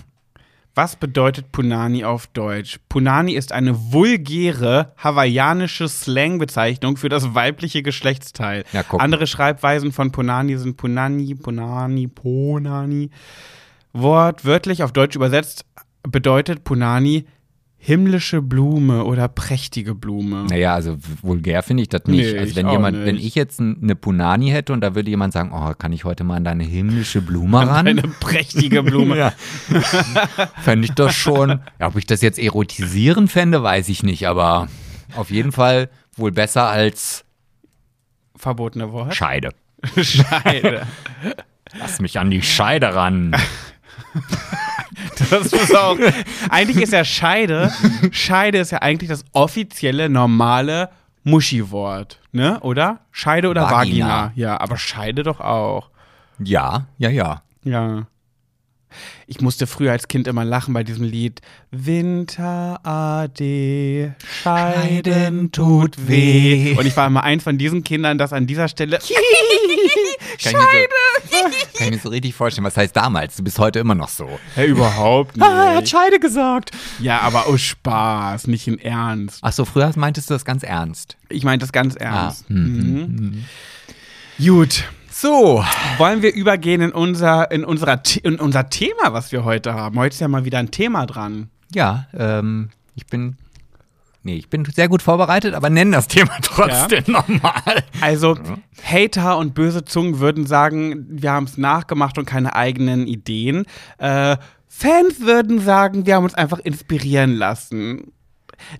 Was bedeutet Punani auf Deutsch? Punani ist eine vulgäre hawaiianische Slangbezeichnung für das weibliche Geschlechtsteil. Ja, guck mal. Andere Schreibweisen von Punani sind Punani, Punani, Punani. Wortwörtlich auf Deutsch übersetzt bedeutet Punani himmlische Blume oder prächtige Blume. naja, also vulgär finde ich das nicht. Nee, also ich wenn auch jemand, wenn nicht. ich jetzt n- eine Punani hätte und da würde jemand sagen, oh, kann ich heute mal an deine himmlische Blume Eine ran? prächtige Blume. Ja. Fände ich das schon. Ja, ob ich das jetzt erotisieren fände, weiß ich nicht, aber auf jeden Fall wohl besser als Verbotene Wort. Scheide. Scheide. Lass mich an die Scheide ran. Das ist auch. eigentlich ist ja Scheide. Scheide ist ja eigentlich das offizielle, normale Muschi-Wort, ne? Oder? Scheide oder Vagina. Vagina. Ja, aber Scheide doch auch. Ja, ja, ja. Ja. Ich musste früher als Kind immer lachen bei diesem Lied. Winter AD, Scheiden tut weh. Und ich war immer eins von diesen Kindern, das an dieser Stelle. Kann Scheide. Ich mir so, kann ich mir so richtig vorstellen. Was heißt damals? Du bist heute immer noch so. Hä, überhaupt Ah, er hat nicht. Scheide gesagt. Ja, aber oh Spaß, nicht im Ernst. Ach so, früher meintest du das ganz ernst. Ich meine das ganz ernst. Mhm. Gut. So, Wollen wir übergehen in unser, in, unserer, The- in unser Thema, was wir heute haben? Heute ist ja mal wieder ein Thema dran. ja, ähm, ich bin. Nee, ich bin sehr gut vorbereitet, aber nenn das Thema trotzdem nochmal. Also, Hater und böse Zungen würden sagen, wir haben es nachgemacht und keine eigenen Ideen. Äh, Fans würden sagen, wir haben uns einfach inspirieren lassen.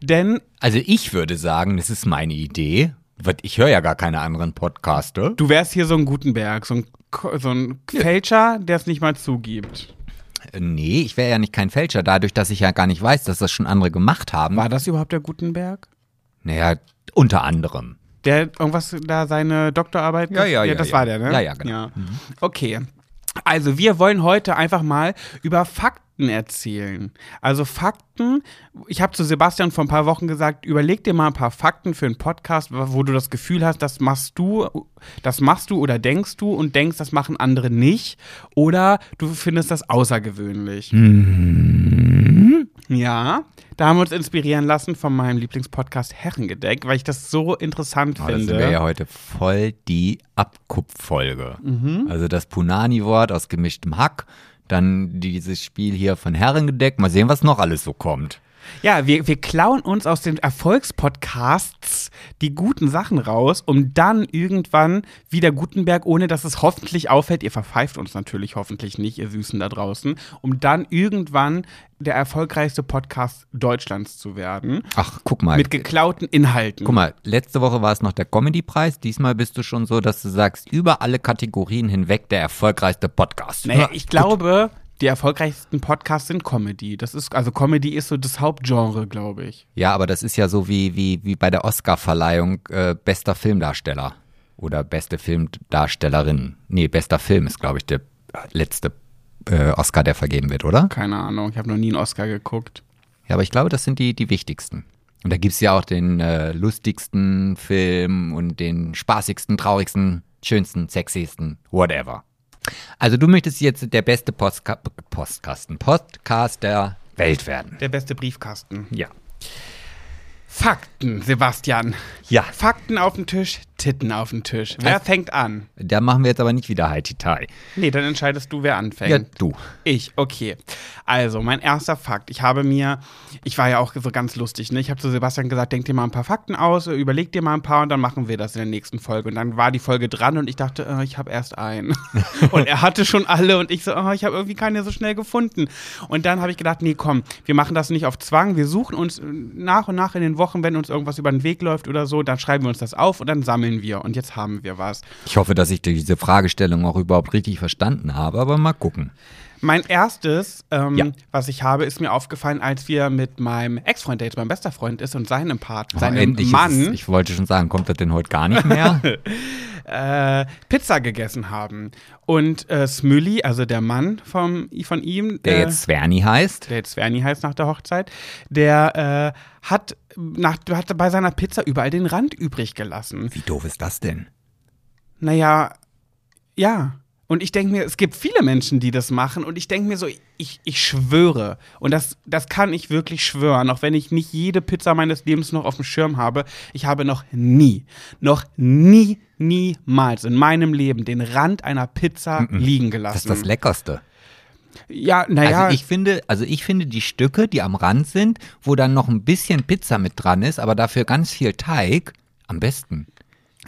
Denn Also, ich würde sagen, das ist meine Idee. weil Ich höre ja gar keine anderen Podcaste. du wärst hier so ein Gutenberg, so ein, Ko- so ein Fälscher, der es nicht mal zugibt. Äh, Nee, ich wäre ja nicht kein Fälscher, dadurch, dass ich ja gar nicht weiß, dass das schon andere gemacht haben. War das überhaupt der Gutenberg? Naja, unter anderem. Der irgendwas da seine Doktorarbeit. Ja, ja, ja, Das ja. war der, ne? Ja, ja, genau. Okay. Also, wir wollen heute einfach mal über Fakten erzählen. Also, Fakten. Ich habe zu Sebastian vor ein paar Wochen gesagt, überleg dir mal ein paar Fakten für einen Podcast, wo du das Gefühl hast, das machst du, das machst du oder denkst du und denkst, das machen andere nicht. Oder du findest das außergewöhnlich. Ja, da haben wir uns inspirieren lassen von meinem Lieblingspodcast Herrengedeck, weil ich das so interessant Oh, das finde. wäre ja heute voll die Abkupffolge. Mhm. Also das Punani-Wort aus gemischtem Hack, dann dieses Spiel hier von Herrengedeck. Mal sehen, was noch alles so kommt. Ja, wir, wir klauen uns aus den Erfolgspodcasts die guten Sachen raus, um dann irgendwann wieder Gutenberg, ohne dass es hoffentlich auffällt, ihr verpfeift uns natürlich hoffentlich nicht, ihr Süßen da draußen, um dann irgendwann der erfolgreichste Podcast Deutschlands zu werden. Ach, guck mal. Mit geklauten Inhalten. Guck mal, letzte Woche war es noch der Comedy-Preis. Diesmal bist du schon so, dass du sagst, über alle Kategorien hinweg der erfolgreichste Podcast. Naja, Ja, ich gut. glaube, die erfolgreichsten Podcasts sind Comedy. Das ist, also Comedy ist so das Hauptgenre, glaube ich. Ja, aber das ist ja so wie, wie, wie bei der Oscar-Verleihung äh, bester Filmdarsteller oder beste Filmdarstellerin. Nee, bester Film ist, glaube ich, der letzte äh, Oscar, der vergeben wird, oder? Keine Ahnung, ich habe noch nie einen Oscar geguckt. Ja, aber ich glaube, das sind die, die wichtigsten. Und da gibt's ja auch den äh, lustigsten Film und den spaßigsten, traurigsten, schönsten, sexiesten, whatever. Also du möchtest jetzt der beste Postka Postkasten, Podcast der Welt werden. Der beste Briefkasten. Ja. Fakten, Sebastian. Ja. Fakten auf den Tisch, Titten auf den Tisch. Wer Also- fängt an? Da machen wir jetzt aber nicht wieder Haititai. Nee, dann entscheidest du, wer anfängt. Ja, du. Ich, okay. Also, mein erster Fakt. Ich habe mir, ich war ja auch so ganz lustig, ne? Ich habe zu Sebastian gesagt, denk dir mal ein paar Fakten aus, überleg dir mal ein paar und dann machen wir das in der nächsten Folge. Und dann war die Folge dran und ich dachte, äh, ich habe erst einen. und er hatte schon alle und ich so, oh, ich habe irgendwie keine so schnell gefunden. Und dann habe ich gedacht, nee, komm, wir machen das nicht auf Zwang. Wir suchen uns nach und nach in den Wochen, wenn uns irgendwas über den Weg läuft oder so, dann schreiben wir uns das auf und dann sammeln wir. Und jetzt haben wir was. Ich hoffe, dass ich diese Fragestellung auch überhaupt richtig verstanden habe, aber mal gucken. Mein erstes, ähm, Ja. was ich habe, ist mir aufgefallen, als wir mit meinem Ex-Freund, der jetzt mein bester Freund ist und seinem Partner, Oh, seinem endlich ist Es, Mann, ich wollte schon sagen, kommt das denn heute gar nicht mehr? äh, Pizza gegessen haben. Und äh, Smülli, also der Mann vom, von ihm, Der äh, jetzt Sverni heißt. der jetzt Werni heißt nach der Hochzeit, der äh, hat, nach, hat bei seiner Pizza überall den Rand übrig gelassen. Wie doof ist das denn? Naja, ja. Und ich denke mir, es gibt viele Menschen, die das machen. Und ich denke mir so, ich, ich schwöre. Und das, das kann ich wirklich schwören, auch wenn ich nicht jede Pizza meines Lebens noch auf dem Schirm habe. Ich habe noch nie, noch nie, niemals in meinem Leben den Rand einer Pizza liegen gelassen. Das ist das Leckerste. Hm. ja, naja. Also ich finde, also ich finde die Stücke, die am Rand sind, wo dann noch ein bisschen Pizza mit dran ist, aber dafür ganz viel Teig, am besten.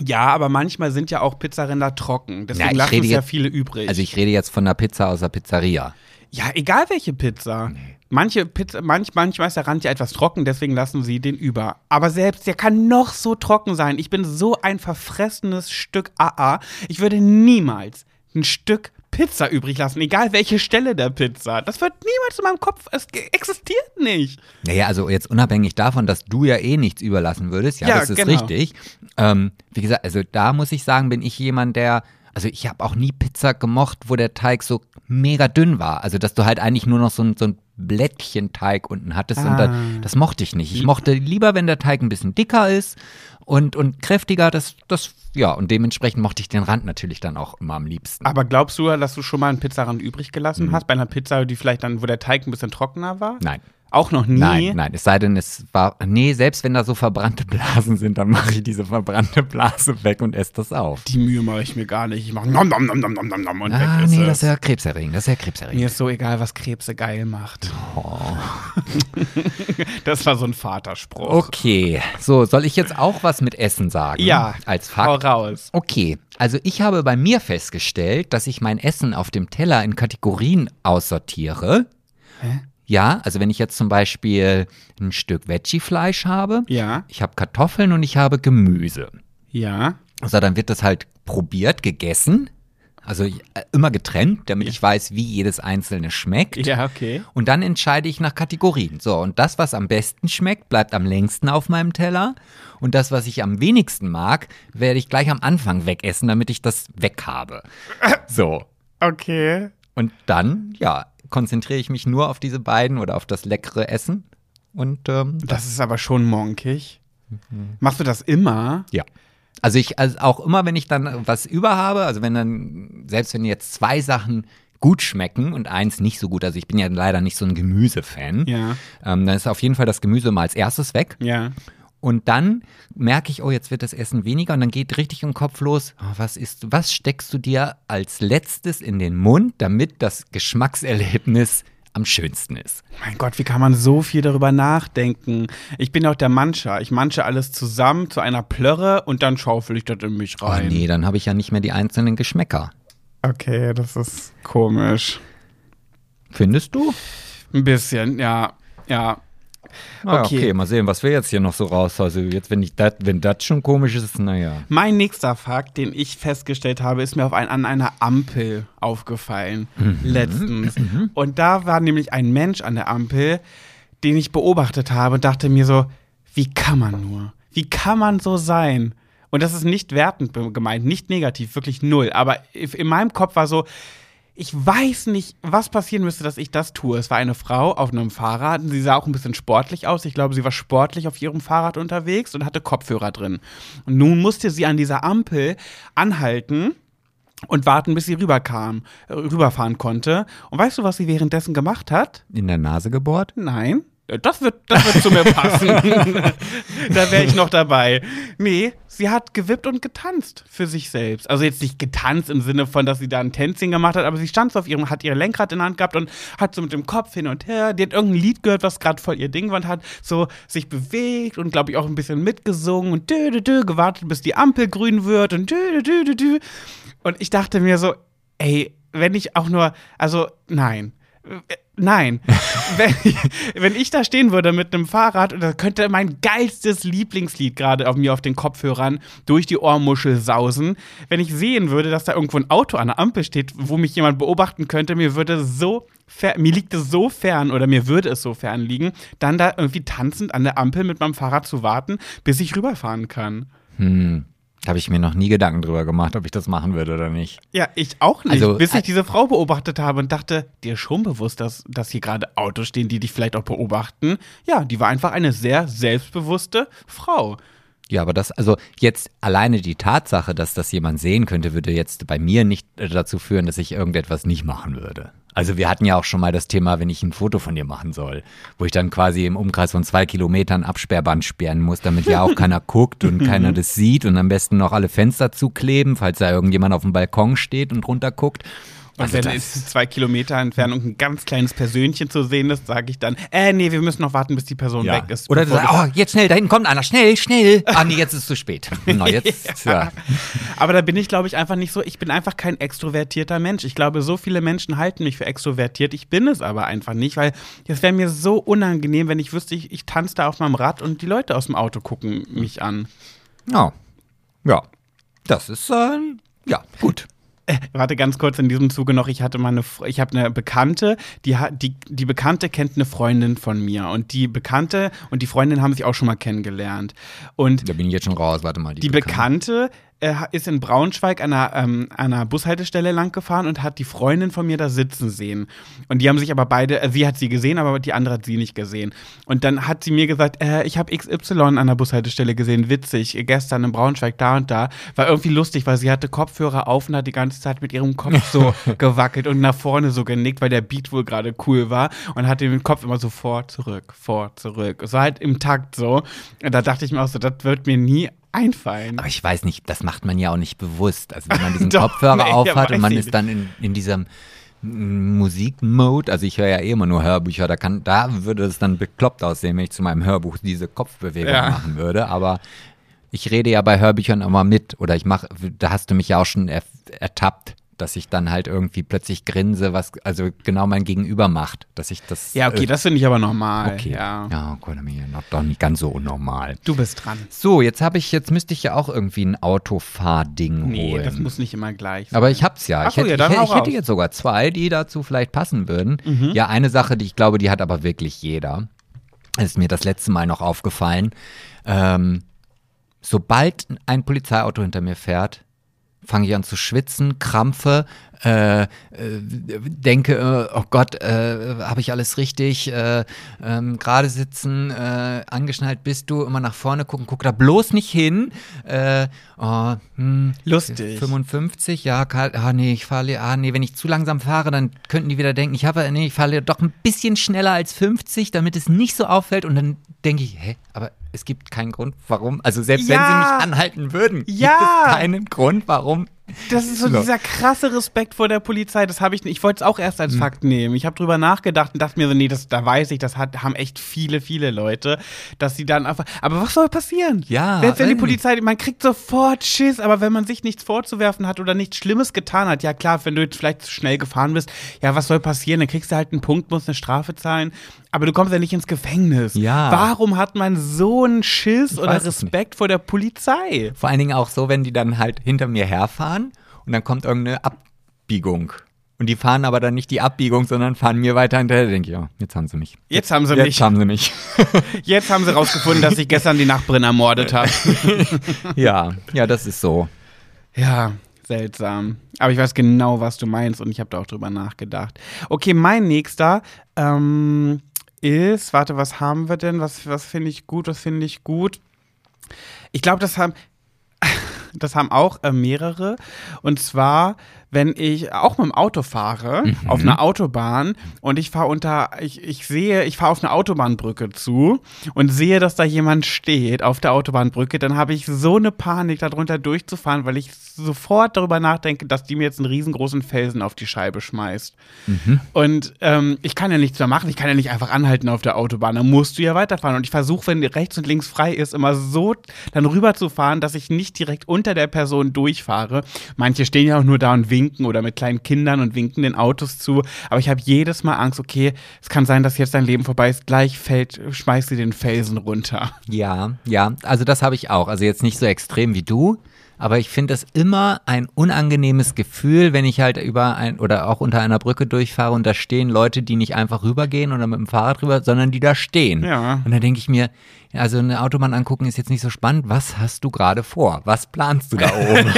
ja, aber manchmal sind ja auch Pizzaränder trocken. Ja, Deswegen ich lassen rede es ja jetzt- viele übrig. Also ich rede jetzt von der Pizza aus der Pizzeria. Ja, egal welche Pizza. Manche Pizza, manch, manchmal ist der Rand ja etwas trocken, deswegen lassen sie den über. Aber selbst, der kann noch so trocken sein. Ich bin so ein verfressenes Stück AA. Ich würde niemals ein Stück Pizza übrig lassen, egal welche Stelle der Pizza. Das wird niemals in meinem Kopf, es ge- existiert nicht. Naja, also jetzt unabhängig davon, dass du ja eh nichts überlassen würdest, ja, Ja, das ist genau. richtig. Ähm, wie gesagt, also da muss ich sagen, bin ich jemand, der, also ich habe auch nie Pizza gemocht, wo der Teig so mega dünn war. Also dass du halt eigentlich nur noch so ein, so ein Blättchen Teig unten hattest und Ah. dann, das mochte ich nicht. Ich mochte lieber, wenn der Teig ein bisschen dicker ist und, und kräftiger, das, das, ja, und dementsprechend mochte ich den Rand natürlich dann auch immer am liebsten. Aber glaubst du, dass du schon mal einen Pizzarand übrig gelassen hast? Bei einer Pizza, die vielleicht dann, wo der Teig ein bisschen trockener war? Nein. Auch noch nie? Nein, nein, es sei denn, es war. Nee, selbst wenn da so verbrannte Blasen sind, dann mache ich diese verbrannte Blase weg und esse das auf. Die Mühe mache ich mir gar nicht. Ich mache nom, nom, nom, nom, nom, nom, nom und Ah, weg ist nee, es. das ist ja krebserregend, das ist ja krebserregend. Mir ist so egal, was Krebse geil macht. das war so ein Vaterspruch. Okay, so, soll ich jetzt auch was mit Essen sagen? Ja, Als Hau Fakt. raus. Okay, also ich habe bei mir festgestellt, dass ich mein Essen auf dem Teller in Kategorien aussortiere. Ja, also wenn ich jetzt zum Beispiel ein Stück Veggie-Fleisch habe, Ja, ich habe Kartoffeln und ich habe Gemüse. ja. So, dann wird das halt probiert, gegessen. Also äh, immer getrennt, damit ich weiß, wie jedes einzelne schmeckt. Ja, okay. Und dann entscheide ich nach Kategorien. So, und das, was am besten schmeckt, bleibt am längsten auf meinem Teller. Und das, was ich am wenigsten mag, werde ich gleich am Anfang wegessen, damit ich das weg habe. So. Okay. Und dann, ja, konzentriere ich mich nur auf diese beiden oder auf das leckere Essen. Und ähm, Das ist aber schon monkig. Mhm. Machst du das immer? Ja. Also ich, also auch immer, wenn ich dann was über habe, also wenn dann, selbst wenn jetzt zwei Sachen gut schmecken und eins nicht so gut, also ich bin ja leider nicht so ein Gemüsefan, Ja. ähm, dann ist auf jeden Fall das Gemüse mal als erstes weg. Ja. Und dann merke ich, oh, jetzt wird das Essen weniger und dann geht richtig im Kopf los, oh, was ist, was steckst du dir als letztes in den Mund, damit das Geschmackserlebnis am schönsten ist. Mein Gott, wie kann man so viel darüber nachdenken? Ich bin auch der Mancher. Ich manche alles zusammen zu einer Plörre und dann schaufel ich das in mich Oh rein. nee, dann habe ich ja nicht mehr die einzelnen Geschmäcker. Okay, das ist komisch. Findest du? Ein bisschen, ja. Ja. Ah, Okay. okay. mal sehen, was wir jetzt hier noch so raus. Also jetzt, wenn ich das, wenn das schon komisch ist, naja. Mein nächster Fakt, den ich festgestellt habe, ist mir auf ein, an einer Ampel aufgefallen letztens. Und da war nämlich ein Mensch an der Ampel, den ich beobachtet habe und dachte mir so, wie kann man nur? Wie kann man so sein? Und das ist nicht wertend be- gemeint, nicht negativ, wirklich null. Aber if- in meinem Kopf war so, ich weiß nicht, was passieren müsste, dass ich das tue. Es war eine Frau auf einem Fahrrad. und Sie sah auch ein bisschen sportlich aus. Ich glaube, sie war sportlich auf ihrem Fahrrad unterwegs und hatte Kopfhörer drin. Und nun musste sie an dieser Ampel anhalten und warten, bis sie rüberkam, äh, rüberfahren konnte. Und weißt du, was sie währenddessen gemacht hat? In der Nase gebohrt? Nein. Das wird, das wird zu mir passen. da wäre ich noch dabei. Nee, sie hat gewippt und getanzt für sich selbst. Also jetzt nicht getanzt im Sinne von, dass sie da ein Tänzchen gemacht hat, aber sie stand so auf ihrem, hat ihr Lenkrad in der Hand gehabt und hat so mit dem Kopf hin und her, die hat irgendein Lied gehört, was gerade voll ihr Ding war und hat so sich bewegt und glaube ich auch ein bisschen mitgesungen und dö, dö, dö, gewartet, bis die Ampel grün wird und dö, dö, dö, dö, dö. Und ich dachte mir so, ey, wenn ich auch nur, also nein. Äh, Nein. wenn, ich, wenn ich da stehen würde mit einem Fahrrad, und da könnte mein geilstes Lieblingslied gerade auf mir auf den Kopfhörern durch die Ohrmuschel sausen. Wenn ich sehen würde, dass da irgendwo ein Auto an der Ampel steht, wo mich jemand beobachten könnte, mir würde so fer- mir liegt es so fern oder mir würde es so fern liegen, dann da irgendwie tanzend an der Ampel mit meinem Fahrrad zu warten, bis ich rüberfahren kann. Hm. Habe ich mir noch nie Gedanken drüber gemacht, ob ich das machen würde oder nicht. Ja, ich auch nicht, Also, bis ich äh, diese Frau beobachtet habe und dachte, dir ist schon bewusst, dass, dass hier gerade Autos stehen, die dich vielleicht auch beobachten. Ja, die war einfach eine sehr selbstbewusste Frau. Ja, aber das, also jetzt alleine die Tatsache, dass das jemand sehen könnte, würde jetzt bei mir nicht äh, dazu führen, dass ich irgendetwas nicht machen würde. Also wir hatten ja auch schon mal das Thema, wenn ich ein Foto von dir machen soll, wo ich dann quasi im Umkreis von zwei Kilometern Absperrband sperren muss, damit ja auch keiner guckt und Mhm. keiner das sieht und am besten noch alle Fenster zukleben, falls da irgendjemand auf dem Balkon steht und runterguckt. Und Also wenn das- es zwei Kilometer Entfernung ein ganz kleines Persönchen zu sehen ist, sage ich dann, äh, nee, wir müssen noch warten, bis die Person Ja. weg ist. Oder du bevor sagst, wir- oh, jetzt schnell, da hinten kommt einer, schnell, schnell. Ah, nee, jetzt ist es zu spät. Na, jetzt, ja. Aber da bin ich, glaube ich, einfach nicht so. Ich bin einfach kein extrovertierter Mensch. Ich glaube, so viele Menschen halten mich für extrovertiert. Ich bin es aber einfach nicht, weil es wäre mir so unangenehm, wenn ich wüsste, ich, ich tanze da auf meinem Rad und die Leute aus dem Auto gucken mich an. Ja. Ja. Das ist, äh, ähm, ja, gut. Warte ganz kurz in diesem Zuge noch. Ich hatte mal eine, Fre- ich habe eine Bekannte, die hat, die, die Bekannte kennt eine Freundin von mir und die Bekannte und die Freundin haben sich auch schon mal kennengelernt und Da bin ich jetzt schon raus, warte mal. die Bekannte äh, ist in Braunschweig an einer, ähm, an einer Bushaltestelle lang gefahren und hat die Freundin von mir da sitzen sehen. Und die haben sich aber beide, äh, sie hat sie gesehen, aber die andere hat sie nicht gesehen. Und dann hat sie mir gesagt, äh, ich habe XY an der Bushaltestelle gesehen, witzig, äh, gestern in Braunschweig da und da. War irgendwie lustig, weil sie hatte Kopfhörer auf und hat die ganze Zeit mit ihrem Kopf so gewackelt und nach vorne so genickt, weil der Beat wohl gerade cool war und hatte den Kopf immer so vor, zurück, vor, zurück. So halt im Takt so. Und da dachte ich mir auch so, das wird mir nie einfallen. Aber ich weiß nicht, das macht man ja auch nicht bewusst. Also wenn man diesen Doch, Kopfhörer nee, auf hat weiß und man ich ist dann in, in diesem mm, Musikmode, also ich höre ja eh immer nur Hörbücher, da kann, da würde es dann bekloppt aussehen, wenn ich zu meinem Hörbuch diese Kopfbewegung Ja. machen würde, aber ich rede ja bei Hörbüchern immer mit oder ich mache, da hast du mich ja auch schon er, ertappt, dass ich dann halt irgendwie plötzlich grinse, was also genau mein Gegenüber macht, dass ich das Ja, okay, äh, das finde ich aber normal. okay. Ja. ja, okay, dann bin ich ja noch, doch nicht ganz so unnormal. Du bist dran. So, jetzt habe ich, jetzt müsste ich ja auch irgendwie ein Autofahrding Nee, holen. das muss nicht immer gleich sein. aber ich hab's ja. Ach ich so, hätte, ja, dann ich, hau hätte- ich hätte raus. Mhm. jetzt sogar zwei, die dazu vielleicht passen würden. Ja, eine Sache, die ich glaube, die hat aber wirklich jeder. Das ist mir das letzte Mal noch aufgefallen. Ähm, sobald ein Polizeiauto hinter mir fährt, fange ich an zu schwitzen, krampfe, äh, äh, denke, äh, oh Gott, äh, habe ich alles richtig, äh, ähm, gerade sitzen, äh, angeschnallt bist du, immer nach vorne gucken, guck da bloß nicht hin. Äh, oh, hm, Lustig. 55, ja, Karl, ah nee, ich fahre, ah nee, wenn ich zu langsam fahre, dann könnten die wieder denken, ich habe, nee, ich fahre doch ein bisschen schneller als 50, damit es nicht so auffällt und dann denke ich, hä, aber es gibt keinen Grund, warum, also selbst wenn sie Ja. mich anhalten würden, Ja. gibt es keinen Grund, warum Das ist so So. dieser krasse Respekt vor der Polizei. Das habe ich nicht. Ich wollte es auch erst Mhm. als Fakt nehmen. Ich habe drüber nachgedacht und dachte mir so, nee, das, da weiß ich, das hat, haben echt viele, viele Leute, dass sie dann einfach. Aber was soll passieren? Ja, Selbst wenn die weiß ich nicht. Polizei, man kriegt sofort Schiss, aber wenn man sich nichts vorzuwerfen hat oder nichts Schlimmes getan hat, ja klar, wenn du jetzt vielleicht zu schnell gefahren bist, ja, was soll passieren? Dann kriegst du halt einen Punkt, musst eine Strafe zahlen. Aber du kommst ja nicht ins Gefängnis. Ja. Warum hat man so einen Schiss weiß oder es nicht. Respekt vor der Polizei? Vor allen Dingen auch so, wenn die dann halt hinter mir herfahren und dann kommt irgendeine Abbiegung. Und die fahren aber dann nicht die Abbiegung, sondern fahren mir weiter hinterher. Da denke ich, oh, jetzt haben sie mich. Jetzt haben sie Jetzt mich. haben sie mich. Jetzt haben sie rausgefunden, dass ich gestern die Nachbarin ermordet habe. ja, ja, das ist so. Ja, seltsam. Aber ich weiß genau, was du meinst und ich habe da auch drüber nachgedacht. Okay, mein nächster ähm, ist, warte, was haben wir denn? Was, was finde ich gut? Was finde ich gut? Ich glaube, das haben. Das haben auch äh, mehrere. Und zwar, wenn ich auch mit dem Auto fahre, auf einer Autobahn, und ich fahre unter, ich, ich sehe, ich fahre auf eine Autobahnbrücke zu und sehe, dass da jemand steht auf der Autobahnbrücke, dann habe ich so eine Panik, darunter durchzufahren, weil ich sofort darüber nachdenke, dass die mir jetzt einen riesengroßen Felsen auf die Scheibe schmeißt. Und ähm, ich kann ja nichts mehr machen, ich kann ja nicht einfach anhalten auf der Autobahn, dann musst du ja weiterfahren. Und ich versuche, wenn rechts und links frei ist, immer so dann rüberzufahren, dass ich nicht direkt unter der Person durchfahre. Manche stehen ja auch nur da und winken oder mit kleinen Kindern und winken den Autos zu. Aber ich habe jedes Mal Angst, okay, es kann sein, dass jetzt dein Leben vorbei ist, gleich fällt, schmeißt sie den Felsen runter. Ja, ja, also das habe ich auch. Also jetzt nicht so extrem wie du, aber ich finde das immer ein unangenehmes Gefühl, wenn ich halt über ein oder auch unter einer Brücke durchfahre und da stehen Leute, die nicht einfach rübergehen oder mit dem Fahrrad rüber, sondern die da stehen. Ja. Und da denke ich mir, also eine Autobahn angucken ist jetzt nicht so spannend. Was hast du gerade vor? Was planst du da oben?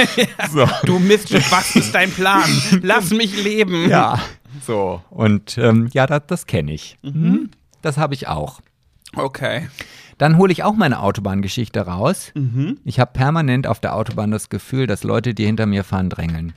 so. Du Mist, was ist dein Plan? Lass mich leben. Ja, so. Und ähm, ja, das, das kenne ich. Mhm. Das habe ich auch. Okay. Dann hole ich auch meine Autobahngeschichte raus. Ich habe permanent auf der Autobahn das Gefühl, dass Leute, die hinter mir fahren, drängeln.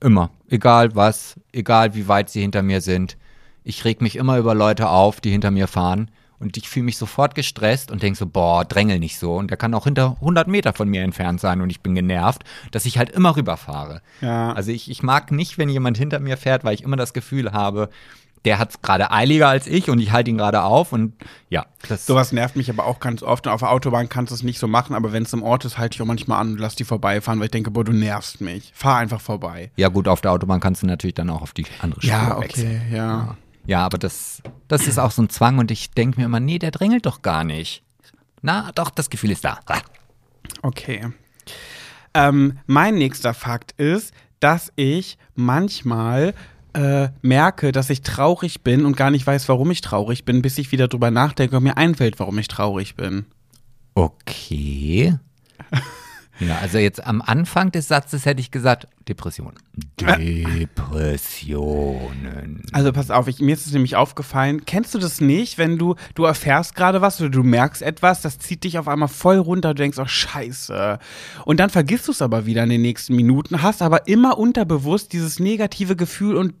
Immer. Egal was, egal wie weit sie hinter mir sind. Ich reg mich immer über Leute auf, die hinter mir fahren. Und ich fühle mich sofort gestresst und denke so, boah, drängel nicht so. Und der kann auch hinter 100 Meter von mir entfernt sein. Und ich bin genervt, dass ich halt immer rüberfahre. Ja. Also ich, ich mag nicht, wenn jemand hinter mir fährt, weil ich immer das Gefühl habe, der hat es gerade eiliger als ich und ich halte ihn gerade auf. Und ja, das Sowas nervt mich aber auch ganz oft. Und auf der Autobahn kannst du es nicht so machen, aber wenn es im Ort ist, halte ich auch manchmal an und lass die vorbeifahren, weil ich denke, boah, du nervst mich. Fahr einfach vorbei. Ja, gut, auf der Autobahn kannst du natürlich dann auch auf die andere Spur wechseln. ja. Ja, aber das, das ist auch so ein Zwang und ich denke mir immer, nee, der drängelt doch gar nicht. Na, doch, das Gefühl ist da. Ah. Okay. Ähm, mein nächster Fakt ist, dass ich manchmal äh, merke, dass ich traurig bin und gar nicht weiß, warum ich traurig bin, bis ich wieder drüber nachdenke und mir einfällt, warum ich traurig bin. Okay. Ja, also jetzt am Anfang des Satzes hätte ich gesagt, Depression. Depressionen. Also pass auf, ich, mir ist es nämlich aufgefallen, kennst du das nicht, wenn du, du erfährst gerade was oder du merkst etwas, das zieht dich auf einmal voll runter, du denkst, oh scheiße. Und dann vergisst du es aber wieder in den nächsten Minuten, hast aber immer unterbewusst dieses negative Gefühl und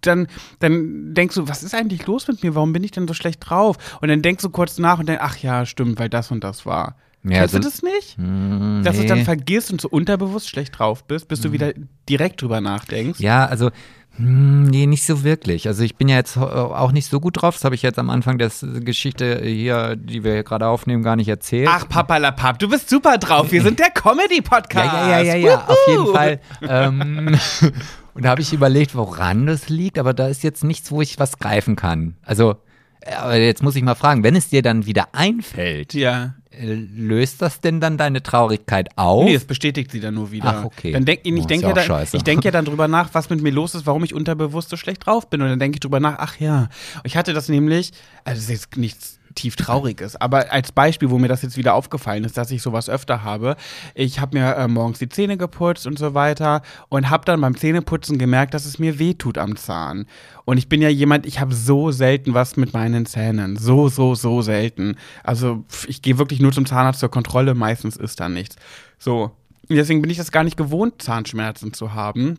dann, dann denkst du, was ist eigentlich los mit mir, warum bin ich denn so schlecht drauf? Und dann denkst du kurz nach und denkst, ach ja, stimmt, weil das und das war. Ja, kennst du so- das nicht? Mm, Dass du es nee. Mhm. dann vergisst und so unterbewusst schlecht drauf bist, bis du wieder direkt drüber nachdenkst. Ja, also hm, nee, nicht so wirklich. Also ich bin ja jetzt ho- auch nicht so gut drauf. Das habe ich jetzt am Anfang der S- Geschichte hier, die wir hier gerade aufnehmen, gar nicht erzählt. Ach, Papalapap, du bist super drauf. Wir sind der ja, Comedy-Podcast. ja, ja, ja, ja, auf jeden Wuhu. Fall. Ähm, und da habe ich überlegt, woran das liegt, aber da ist jetzt nichts, wo ich was greifen kann. Also, äh, aber jetzt muss ich mal fragen, wenn es dir dann wieder einfällt, Ja. äh, löst das denn dann deine Traurigkeit auf? Nee, es bestätigt sie dann nur wieder. Ach, okay. Dann denk, Oh, ich ist denke ja ja, auch dann- scheiße. ich denk ja dann drüber nach, was mit mir los ist, warum ich unterbewusst so schlecht drauf bin. Und dann denke ich drüber nach, ach ja. Ich hatte das nämlich, also das ist jetzt nichts tief trauriges, aber als Beispiel, wo mir das jetzt wieder aufgefallen ist, dass ich sowas öfter habe. Ich habe mir äh, morgens die Zähne geputzt und so weiter und habe dann beim Zähneputzen gemerkt, dass es mir weh tut am Zahn. Und ich bin ja jemand, ich habe so selten was mit meinen Zähnen. So, so, so selten. Also pf, ich gehe wirklich nur zum Zahnarzt zur Kontrolle, meistens ist da nichts. So. Und deswegen bin ich das gar nicht gewohnt, Zahnschmerzen zu haben.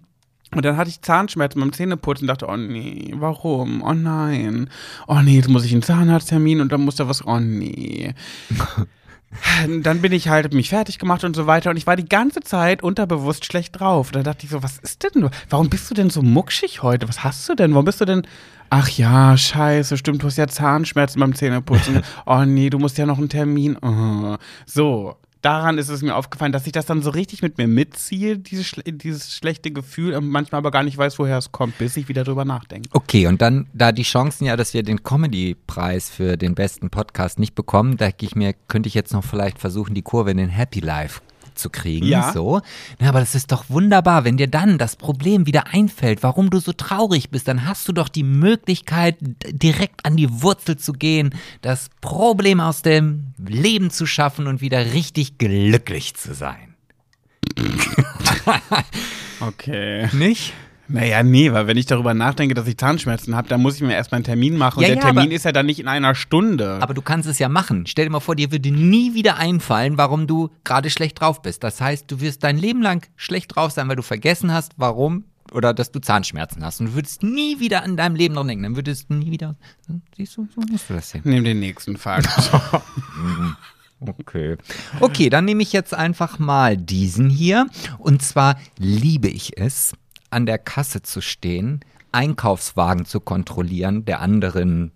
Und dann hatte ich Zahnschmerzen beim Zähneputzen und dachte, oh nee, warum? Oh nein. Oh nee, jetzt muss ich einen Zahnarzttermin und dann muss da was, oh nee. Dann bin ich halt, hab mich fertig gemacht und so weiter. Und ich war die ganze Zeit unterbewusst schlecht drauf. Da dachte ich so, was ist denn? Warum bist du denn so muckschig heute? Was hast du denn? Warum bist du denn? Ach ja, scheiße, stimmt, du hast ja Zahnschmerzen beim Zähneputzen. oh nee, du musst ja noch einen Termin. Oh. So. Daran ist es mir aufgefallen, dass ich das dann so richtig mit mir mitziehe, dieses, schle dieses schlechte Gefühl, und manchmal aber gar nicht weiß, woher es kommt, bis ich wieder drüber nachdenke. Okay, und dann, da die Chancen ja, dass wir den Comedy-Preis für den besten Podcast nicht bekommen, denke ich mir, könnte ich jetzt noch vielleicht versuchen, die Kurve in den Happy Life zu kriegen. Ja. So. Na, aber das ist doch wunderbar, wenn dir dann das Problem wieder einfällt, warum du so traurig bist, dann hast du doch die Möglichkeit, d- direkt an die Wurzel zu gehen, das Problem aus dem Leben zu schaffen und wieder richtig glücklich zu sein. Okay. Nicht? Naja, nee, weil wenn ich darüber nachdenke, dass ich Zahnschmerzen habe, dann muss ich mir erstmal einen Termin machen. und Ja, der ja, Termin aber- ist ja dann nicht in einer Stunde. Aber du kannst es ja machen. Stell dir mal vor, dir würde nie wieder einfallen, warum du gerade schlecht drauf bist. Das heißt, du wirst dein Leben lang schlecht drauf sein, weil du vergessen hast, warum oder dass du Zahnschmerzen hast. Und du würdest nie wieder an deinem Leben dran denken. Dann würdest du nie wieder. Siehst du, so musst du das sehen. Nimm den nächsten Fakt. Okay. Okay, dann nehme ich jetzt einfach mal diesen hier. Und zwar liebe ich es, an der Kasse zu stehen, Einkaufswagen zu kontrollieren der anderen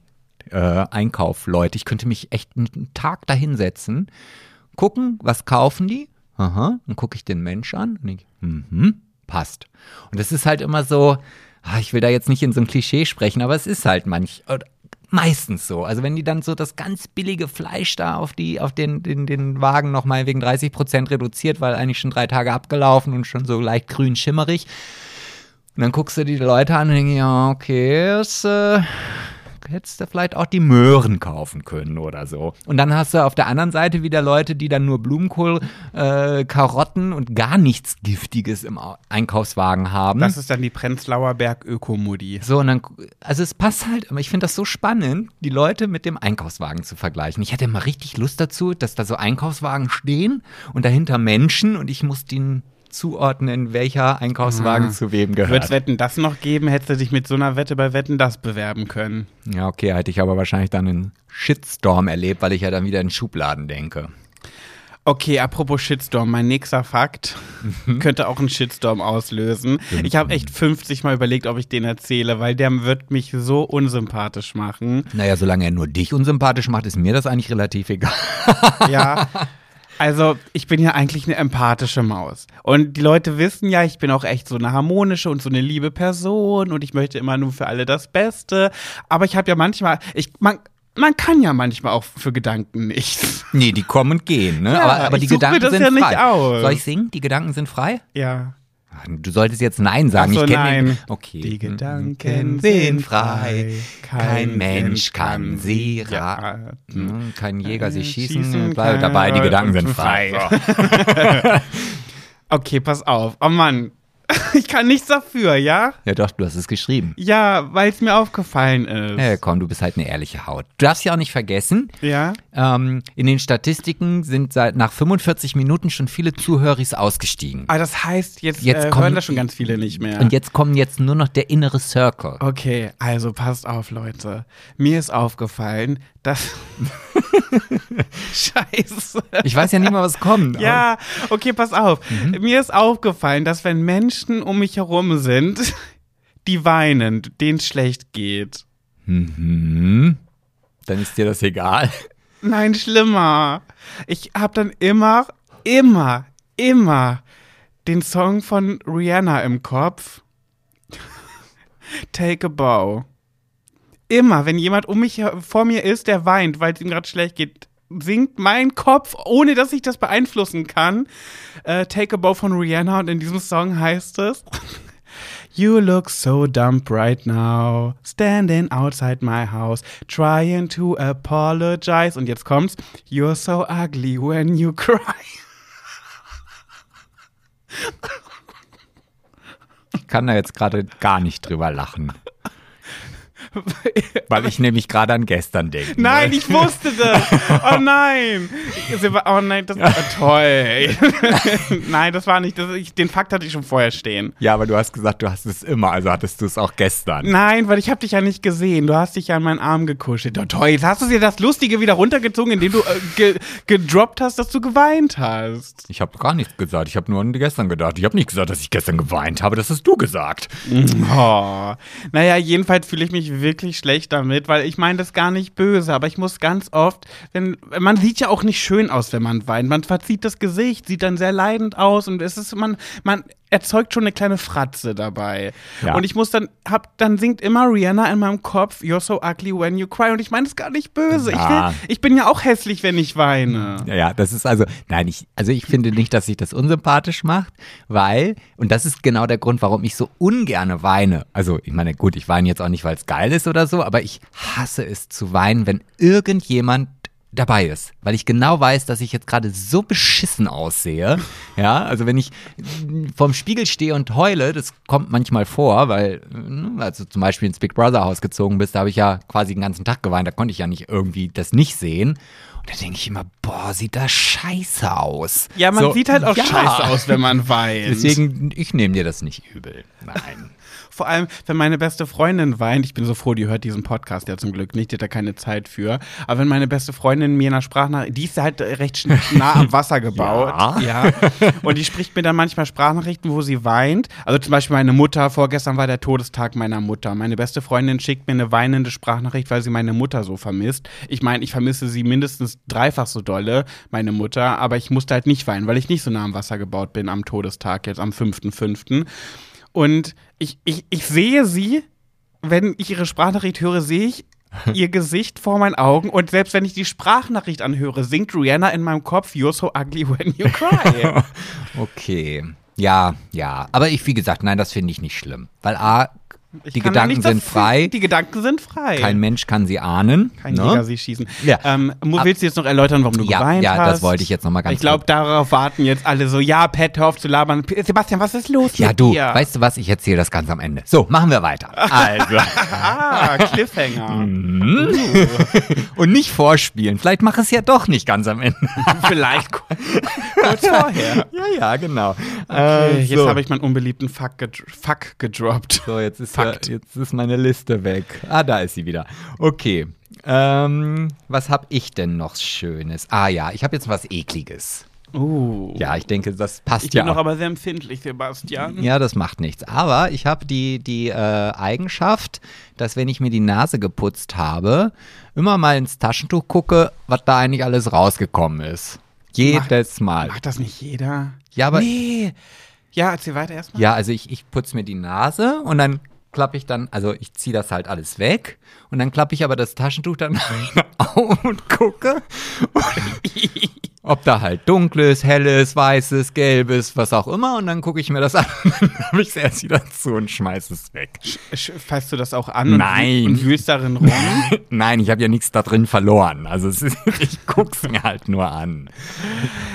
äh, Einkaufleute. Ich könnte mich echt einen Tag dahinsetzen, gucken, was kaufen die. Aha, dann gucke ich den Mensch an und denke, mhm, passt. Und das ist halt immer so, ah, ich will da jetzt nicht in so ein Klischee sprechen, aber es ist halt manch, oder meistens so. Also wenn die dann so das ganz billige Fleisch da auf, die, auf den, den, den Wagen nochmal wegen 30 Prozent reduziert, weil eigentlich schon drei Tage abgelaufen und schon so leicht grün schimmerig. Und dann guckst du die Leute an und denkst, ja, okay, das, äh, hättest du vielleicht auch die Möhren kaufen können oder so. Und dann hast du auf der anderen Seite wieder Leute, die dann nur Blumenkohl, äh, Karotten und gar nichts Giftiges im Au- Einkaufswagen haben. Das ist dann die Prenzlauer Berg Ökomodi. So, und dann, also es passt halt, aber ich finde das so spannend, die Leute mit dem Einkaufswagen zu vergleichen. Ich hätte mal richtig Lust dazu, dass da so Einkaufswagen stehen und dahinter Menschen und ich muss denen zuordnen, welcher Einkaufswagen zu wem Wird gehört. Wetten das noch geben, hättest du dich mit so einer Wette bei Wetten das bewerben können. Ja, okay, hätte ich aber wahrscheinlich dann einen Shitstorm erlebt, weil ich ja dann wieder in Schubladen denke. Okay, apropos Shitstorm, mein nächster Fakt Mhm. könnte auch einen Shitstorm auslösen. Ich habe echt 50 Mal überlegt, ob ich den erzähle, weil der wird mich so unsympathisch machen. Naja, solange er nur dich unsympathisch macht, ist mir das eigentlich relativ egal. Ja. Also, ich bin ja eigentlich eine empathische Maus. Und die Leute wissen ja, ich bin auch echt so eine harmonische und so eine liebe Person und ich möchte immer nur für alle das Beste. Aber ich habe ja manchmal, ich, man, man kann ja manchmal auch für Gedanken nichts. Nee, die kommen und gehen, ne? Ja, aber, aber ich die such mir Gedanken das sind ja frei. nicht aus. Soll ich singen? Die Gedanken sind frei? Ah, Ja. Du solltest jetzt Nein sagen. Ach so, ich kenne den- nein. Okay. Die Hm, Gedanken sind frei. Kein Mensch kann sie raten. raten. Kein Jäger sie Äh, schießen. schießen bleib kann dabei, die er Gedanken und sind frei. Okay, pass auf. Oh Mann. Ich kann nichts dafür, ja? Ja doch, du hast es geschrieben. Ja, weil es mir aufgefallen ist. Ja, komm, du bist halt eine ehrliche Haut. Du darfst ja auch nicht vergessen, Ja? ähm, in den Statistiken sind seit nach 45 Minuten schon viele Zuhörer ausgestiegen. Ah, das heißt, jetzt, Jetzt äh, kommen- hören da schon ganz viele nicht mehr. Und jetzt kommen jetzt nur noch der innere Circle. okay, also passt auf, Leute. Mir ist aufgefallen, dass. Scheiße. Ich weiß ja Mhm. nicht mal, was kommt. aber- Ja, okay, pass auf. Mir ist aufgefallen, dass wenn Menschen um mich herum sind, die weinen, denen es schlecht geht. Mhm. Dann ist dir das egal. Nein, schlimmer. Ich hab dann immer, immer, immer den Song von Rihanna im Kopf. Take a Bow. Immer, wenn jemand um mich her- vor mir ist, der weint, weil es ihm gerade schlecht geht, singt mein Kopf, ohne dass ich das beeinflussen kann. Äh, Take a Bow von Rihanna und in diesem Song heißt es. You look so dumb right now, standing outside my house, trying to apologize. Und jetzt kommt's. You're so ugly when you cry. Ich kann da jetzt gerade gar nicht drüber lachen. Weil ich nämlich gerade an gestern denke. Nein, ich wusste das. Oh nein. Sie war- Oh nein, das war toll. nein, das war nicht. Das, ich, den Fakt hatte ich schon vorher stehen. Ja, aber du hast gesagt, du hast es immer, also hattest du es auch gestern. Nein, weil ich habe dich ja nicht gesehen. Du hast dich ja an meinen Arm gekuschelt. Oh, toll, jetzt hast du dir das Lustige wieder runtergezogen, indem du äh, ge gedroppt hast, dass du geweint hast. Ich habe gar nichts gesagt, ich habe nur an gestern gedacht. Ich habe nicht gesagt, dass ich gestern geweint habe, das hast du gesagt. Mhm. Oh. Naja, jedenfalls fühle ich mich wirklich schlecht damit, weil ich meine das gar nicht böse, aber ich muss ganz oft, wenn man sieht ja auch nicht schön aus, wenn man weint. Man verzieht das Gesicht, sieht dann sehr leidend aus und es ist man man erzeugt schon eine kleine Fratze dabei. Ja. Und ich muss dann hab dann singt immer Rihanna in meinem Kopf You're so ugly when you cry und ich meine es gar nicht böse. Ja. Ich, will, ich bin ja auch hässlich, wenn ich weine. Ja, Ja, das ist also, nein, ich, also ich finde nicht, dass sich das unsympathisch macht, weil, und das ist genau der Grund, warum ich so ungerne weine. Also, ich meine, gut, ich weine jetzt auch nicht, weil es geil ist oder so, aber ich hasse es zu weinen, wenn irgendjemand dabei ist, weil ich genau weiß, dass ich jetzt gerade so beschissen aussehe. Ja, also wenn ich vorm Spiegel stehe und heule, das kommt manchmal vor, weil, ne, also zum Beispiel ins Big Brother Haus gezogen bist, da habe ich ja quasi den ganzen Tag geweint, da konnte ich ja nicht irgendwie das nicht sehen. Und da denke ich immer, boah, sieht das scheiße aus. Ja, man So, sieht halt auch ja. scheiße aus, wenn man weint. Deswegen, ich nehme dir das nicht übel. Nein. Vor allem, wenn meine beste Freundin weint, ich bin so froh, die hört diesen Podcast ja zum Glück nicht, die hat da keine Zeit für. Aber wenn meine beste Freundin mir in einer Sprachnachricht, die ist halt recht schn- nah am Wasser gebaut. Ja. Und die spricht mir dann manchmal Sprachnachrichten, wo sie weint. Also zum Beispiel meine Mutter, vorgestern war der Todestag meiner Mutter. Meine beste Freundin schickt mir eine weinende Sprachnachricht, weil sie meine Mutter so vermisst. Ich meine, ich vermisse sie mindestens dreifach so dolle, meine Mutter, aber ich musste halt nicht weinen, weil ich nicht so nah am Wasser gebaut bin am Todestag, jetzt am 5.5. Und ich, ich, ich sehe sie, wenn ich ihre Sprachnachricht höre, sehe ich ihr Gesicht vor meinen Augen. Und selbst wenn ich die Sprachnachricht anhöre, singt Rihanna in meinem Kopf, You're so ugly when you cry. Okay. Ja, ja. Aber ich, wie gesagt, nein, das finde ich nicht schlimm. Weil A, Ich die kann da Gedanken nichts sind dazu- frei. Die Gedanken sind frei. Kein Mensch kann sie ahnen. Kein ne? Jäger sie schießen. Ja. Ähm, Mo, Ab- willst du jetzt noch erläutern, warum du Ja, geweint ja, hast? das wollte ich jetzt noch mal ganz Ich glaube, darauf warten jetzt alle so, ja, Pet, hör auf zu labern. P- Sebastian, was ist los Ja, mit du, dir? weißt du was? Ich erzähle das ganz am Ende. So, machen wir weiter. Also. Ah, Cliffhanger. Und nicht vorspielen. Vielleicht mach es ja doch nicht ganz am Ende. Vielleicht ku- kurz vorher. Ja, ja, genau. Okay, Äh, jetzt so. habe ich meinen unbeliebten Fuck, gedr Fuck gedroppt. So, jetzt ist, Fakt. ja- jetzt ist meine Liste weg. Ah, da ist sie wieder. Okay. Ähm, was habe ich denn noch Schönes? Ah ja, ich habe jetzt was Ekliges. Uh. Ja, ich denke, das passt ich bin ja. noch auch. aber sehr empfindlich, Sebastian. Ja, das macht nichts. Aber ich habe die, die äh, Eigenschaft, dass wenn ich mir die Nase geputzt habe, immer mal ins Taschentuch gucke, was da eigentlich alles rausgekommen ist. Jedes Mal. Macht das nicht jeder? Ja, aber- Nee. Ja, erzähl weiter erstmal. Ja, also ich, ich putze mir die Nase und dann klappe ich dann, also ich ziehe das halt alles weg und dann klappe ich aber das Taschentuch dann auf und gucke, ob da halt dunkles, helles, weißes, gelbes, was auch immer und dann gucke ich mir das an und dann habe ich es erst wieder zu und schmeiß es weg. Sch- Fasst du das auch an und- Nein. und wühlst darin rum? Nein, ich habe ja nichts da drin verloren. Also es ist, ich gucke es mir halt nur an.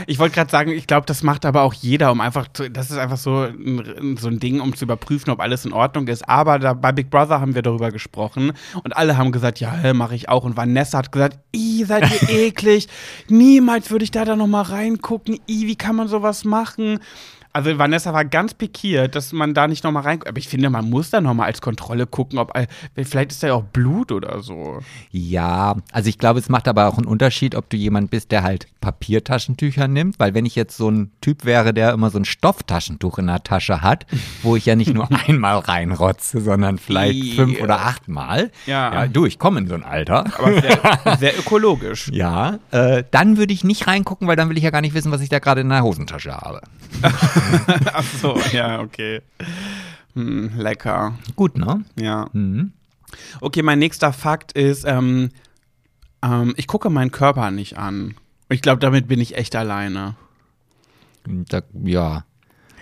Ich wollte gerade sagen, ich glaube, das macht aber auch jeder, um einfach zu, das ist einfach so ein, so ein Ding, um zu überprüfen, ob alles in Ordnung ist. Aber da, bei Big Brother haben wir darüber gesprochen und alle haben gesagt, ja, mache ich auch. Und Vanessa hat gesagt, i, seid ihr eklig. Niemals würde ich da dann noch mal reingucken. I, wie kann man sowas machen? Also Vanessa war ganz pikiert, dass man da nicht noch mal reinguckt. Aber ich finde, man muss da noch mal als Kontrolle gucken, ob all- vielleicht ist da ja auch Blut oder so. Ja, also ich glaube, es macht aber auch einen Unterschied, ob du jemand bist, der halt Papiertaschentücher nimmt, weil wenn ich jetzt so ein Typ wäre, der immer so ein Stofftaschentuch in der Tasche hat, wo ich ja nicht nur einmal reinrotze, sondern vielleicht Ih. fünf oder achtmal. Ja. Du, ich komme in so ein Alter. Aber sehr, sehr ökologisch. Ja, äh, dann würde ich nicht reingucken, weil dann will ich ja gar nicht wissen, was ich da gerade in der Hosentasche habe. Ach so, ja, okay. Hm, lecker. Gut, ne? Ja. Okay, mein nächster Fakt ist, ähm, ähm, ich gucke meinen Körper nicht an. Ich glaube, damit bin ich echt alleine. Da, ja.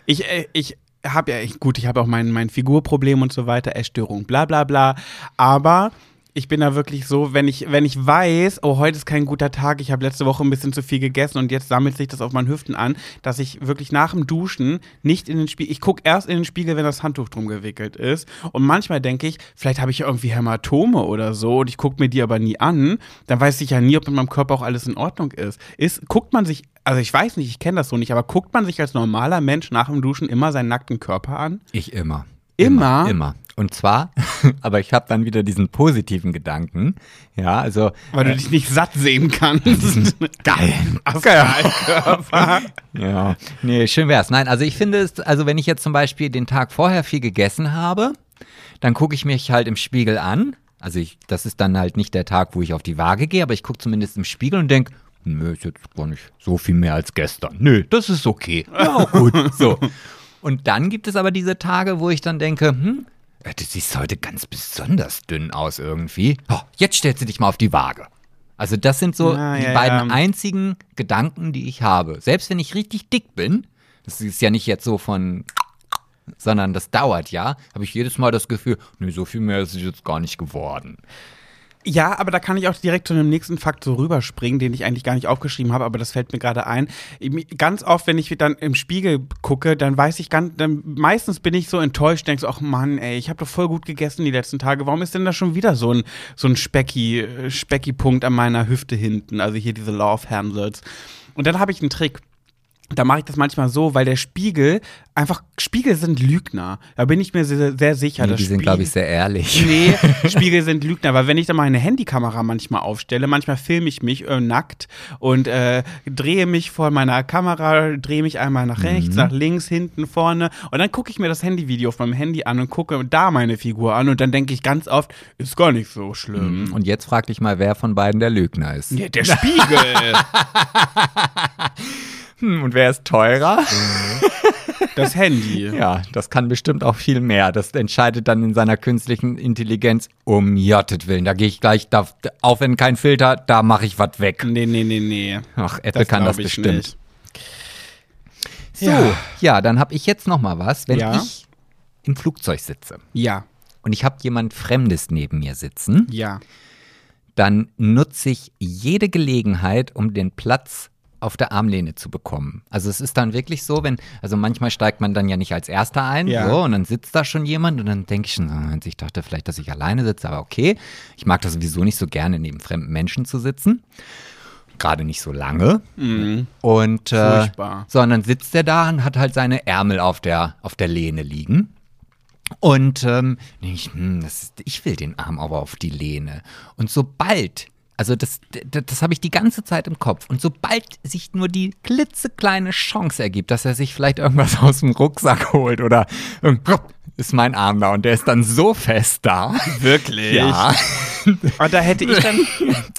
Ich, äh, ich habe ja, ich, gut, ich habe auch mein, mein Figurproblem und so weiter, Essstörung, bla bla bla. Aber Ich bin da wirklich so, wenn ich, wenn ich weiß, oh, heute ist kein guter Tag, ich habe letzte Woche ein bisschen zu viel gegessen und jetzt sammelt sich das auf meinen Hüften an, dass ich wirklich nach dem Duschen nicht in den Spiegel, ich gucke erst in den Spiegel, wenn das Handtuch drum gewickelt ist. Und manchmal denke ich, vielleicht habe ich ja irgendwie Hämatome oder so und ich gucke mir die aber nie an. Dann weiß ich ja nie, ob mit meinem Körper auch alles in Ordnung ist. ist guckt man sich, also ich weiß nicht, ich kenne das so nicht, aber guckt man sich als normaler Mensch nach dem Duschen immer seinen nackten Körper an? Ich immer. Immer? Immer. Und zwar, aber ich habe dann wieder diesen positiven Gedanken. Ja, also Weil du dich nicht satt sehen kannst. geil. Abgehaltkörper. Ja, nee, schön wär's. Nein, also ich finde es, also wenn ich jetzt zum Beispiel den Tag vorher viel gegessen habe, dann gucke ich mich halt im Spiegel an. Also ich, das ist dann halt nicht der Tag, wo ich auf die Waage gehe, aber ich gucke zumindest im Spiegel und denk, nö, ist jetzt gar nicht so viel mehr als gestern. Nö, das ist okay. Ja, gut. So. Und dann gibt es aber diese Tage, wo ich dann denke, hm, äh, du siehst heute ganz besonders dünn aus irgendwie. Oh, jetzt stellst du dich mal auf die Waage. Also das sind so Ah, die ja, beiden ja. einzigen Gedanken, die ich habe. Selbst wenn ich richtig dick bin, das ist ja nicht jetzt so von, sondern das dauert ja, habe ich jedes Mal das Gefühl, nee, so viel mehr ist es jetzt gar nicht geworden. Ja, aber da kann ich auch direkt zu einem nächsten Fakt so rüberspringen, den ich eigentlich gar nicht aufgeschrieben habe, aber das fällt mir gerade ein. Ganz oft, wenn ich dann im Spiegel gucke, dann weiß ich ganz, dann meistens bin ich so enttäuscht, denkst, ach Mann, ey, ich habe doch voll gut gegessen die letzten Tage. Warum ist denn da schon wieder so ein so ein Specki äh, Specki-Punkt an meiner Hüfte hinten? Also hier diese Love Handles. Und dann habe ich einen Trick da mache ich das manchmal so, weil der Spiegel einfach Spiegel sind Lügner. Da bin ich mir sehr, sehr sicher. dass die sind, Spie- glaube ich, sehr ehrlich. Nee, Spiegel sind Lügner, weil wenn ich da meine Handykamera manchmal aufstelle, manchmal filme ich mich äh, nackt und äh, drehe mich vor meiner Kamera, drehe mich einmal nach Mhm. rechts, nach links, hinten, vorne und dann gucke ich mir das Handyvideo auf meinem Handy an und gucke da meine Figur an und dann denke ich ganz oft, ist gar nicht so schlimm. Und jetzt frag dich mal, wer von beiden der Lügner ist. Ja, der Spiegel, hm, Und wer ist teurer? das Handy. Ja, das kann bestimmt auch viel mehr. Das entscheidet dann in seiner künstlichen Intelligenz um Jottet willen. Da gehe ich gleich, da, auch wenn kein Filter, da mache ich was weg. Nee, nee, nee, nee. Ach, Apple kann Mhm. das glaub ich bestimmt. nicht. So, ja, Ja. dann habe ich jetzt noch mal was, wenn Ja. ich im Flugzeug sitze Ja, und ich habe jemand Fremdes neben mir sitzen, ja. dann nutze ich jede Gelegenheit, um den Platz auf der Armlehne zu bekommen. Also es ist dann wirklich so, wenn, also manchmal steigt man dann ja nicht als Erster ein, Ja. so, und dann sitzt da schon jemand und dann denke ich schon, "Ah, ich dachte vielleicht, dass ich alleine sitze, aber okay. Ich mag das sowieso nicht so gerne, neben fremden Menschen zu sitzen. Gerade nicht so lange. Und äh, Furchtbar. so, und dann sitzt der da und hat halt seine Ärmel auf der, auf der Lehne liegen. Und ähm, denk ich, hm, das ist, ich will den Arm aber auf die Lehne. Und sobald, also das, das, das habe ich die ganze Zeit im Kopf. Und sobald sich nur die klitzekleine Chance ergibt, dass er sich vielleicht irgendwas aus dem Rucksack holt oder irgend- ist mein Arm da und der ist dann so fest da. Wirklich? Ja. Und da hätte ich dann,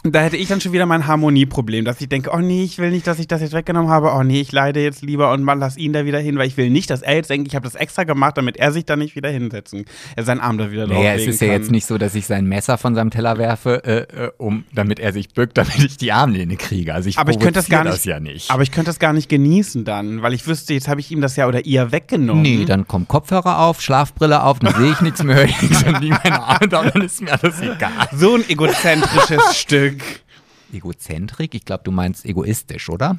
da hätte ich dann schon wieder mein Harmonieproblem, dass ich denke, oh nee, ich will nicht, dass ich das jetzt weggenommen habe, oh nee, ich leide jetzt lieber und man lass ihn da wieder hin, weil ich will nicht, dass er jetzt denkt, ich habe das extra gemacht, damit er sich da nicht wieder hinsetzen, er seinen Arm da wieder Naja, drauflegen es ist kann. ja jetzt nicht so, dass ich sein Messer von seinem Teller werfe, äh, äh, um, damit er sich bückt, damit ich die Armlehne kriege. Also ich aber ich könnte das provoziere gar nicht, das ja nicht. Aber ich könnte das gar nicht genießen dann, weil ich wüsste, jetzt habe ich ihm das ja oder ihr weggenommen. Nee, dann kommen Kopfhörer auf, Schlafbrille auf, dann sehe ich nichts mehr, höre ich nichts, dann liegen meine Arme da und dann ist mir alles egal. So ein egozentrisches Stück. Egozentrik? Ich glaube, du meinst egoistisch, oder?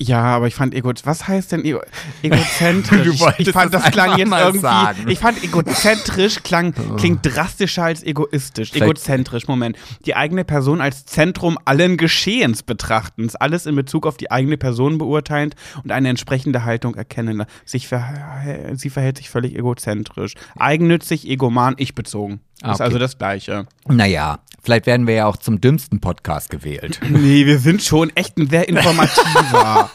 Ja, aber ich fand Ego. Was heißt denn Ego, egozentrisch? Du wolltest ich fand es das klang einfach jetzt mal irgendwie. sagen. Oh. Ich fand egozentrisch klang, klingt drastischer als egoistisch. Vielleicht- Egozentrisch, Moment. Die eigene Person als Zentrum allen Geschehens betrachtens, alles in Bezug auf die eigene Person beurteilend und eine entsprechende Haltung erkennen. Sich verhä- sie verhält sich völlig egozentrisch. Eigennützig, egoman, ich bezogen. Ah, Ist okay. also das Gleiche. Naja, vielleicht werden wir ja auch zum dümmsten Podcast gewählt. Nee, wir sind schon echt ein sehr informativer.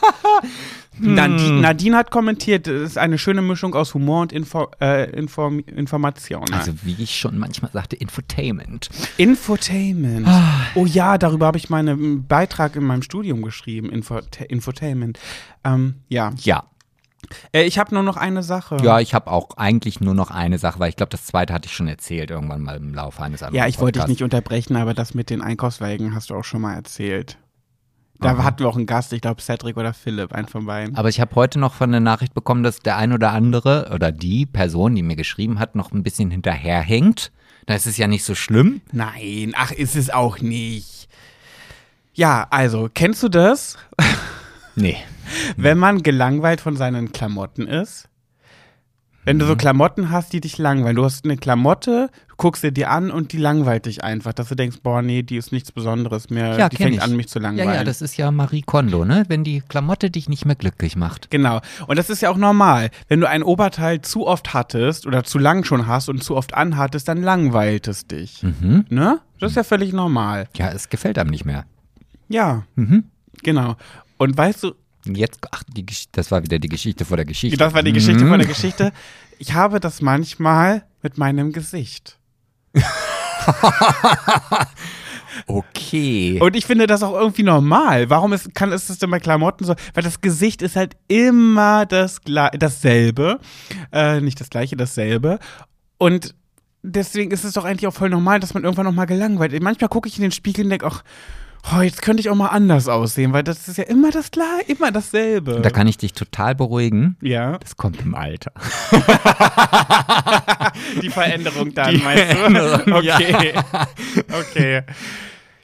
Hm. Nadine, Nadine hat kommentiert, es ist eine schöne Mischung aus Humor und Info, äh, Inform, Information. Also wie ich schon manchmal sagte, Infotainment. Infotainment. Ah. Oh ja, darüber habe ich meinen Beitrag in meinem Studium geschrieben. Infota Infotainment. Ähm, ja. Ja, Äh, ich habe nur noch eine Sache. ja, ich habe auch eigentlich nur noch eine Sache, weil ich glaube, das zweite hatte ich schon erzählt irgendwann mal im Laufe eines anderen Ja, ich wollte dich Podcasts. nicht unterbrechen, aber das mit den Einkaufswagen hast du auch schon mal erzählt. Da hatten wir auch einen Gast, ich glaube Cedric oder Philipp, einen von beiden. Aber ich habe heute noch von der Nachricht bekommen, dass der ein oder andere oder die Person, die mir geschrieben hat, noch ein bisschen hinterherhängt. Da ist es ja nicht so schlimm. Nein, ach, ist es auch nicht. Ja, also, kennst du das, Nee. wenn man gelangweilt von seinen Klamotten ist? Wenn Hm. du so Klamotten hast, die dich langweilen. Du hast eine Klamotte, guckst sie dir an und die langweilt dich einfach, dass du denkst, boah, nee, die ist nichts Besonderes mehr. Ja, die kenn fängt ich. an, mich zu Ja, langweilen. ja, das ist ja Marie Kondo, ne? Wenn die Klamotte dich nicht mehr glücklich macht. Genau. Und das ist ja auch normal. Wenn du ein Oberteil zu oft hattest oder zu lang schon hast und zu oft anhattest, dann langweilt es dich. Mhm. Ne? Das ist ja völlig normal. Ja, es gefällt einem nicht mehr. Ja. Mhm. Genau. Und weißt du, Jetzt, ach, die, Gesch- das war wieder die Geschichte vor der Geschichte. das war die Geschichte von der Geschichte. Ich habe das manchmal mit meinem Gesicht. Mhm. Okay. Und ich finde das auch irgendwie normal. Warum ist, kann, ist es denn bei Klamotten so? Weil das Gesicht ist halt immer das, Gle- dasselbe. Äh, nicht das gleiche, dasselbe. Und deswegen ist es doch eigentlich auch voll normal, dass man irgendwann auch mal gelangweilt ist. Manchmal gucke ich in den Spiegel und denke, ach, oh, jetzt könnte ich auch mal anders aussehen, weil das ist ja immer das gleiche, immer dasselbe. da kann ich dich total beruhigen. ja, Das kommt im Alter. die Veränderung dann, meinst du? Okay. Okay.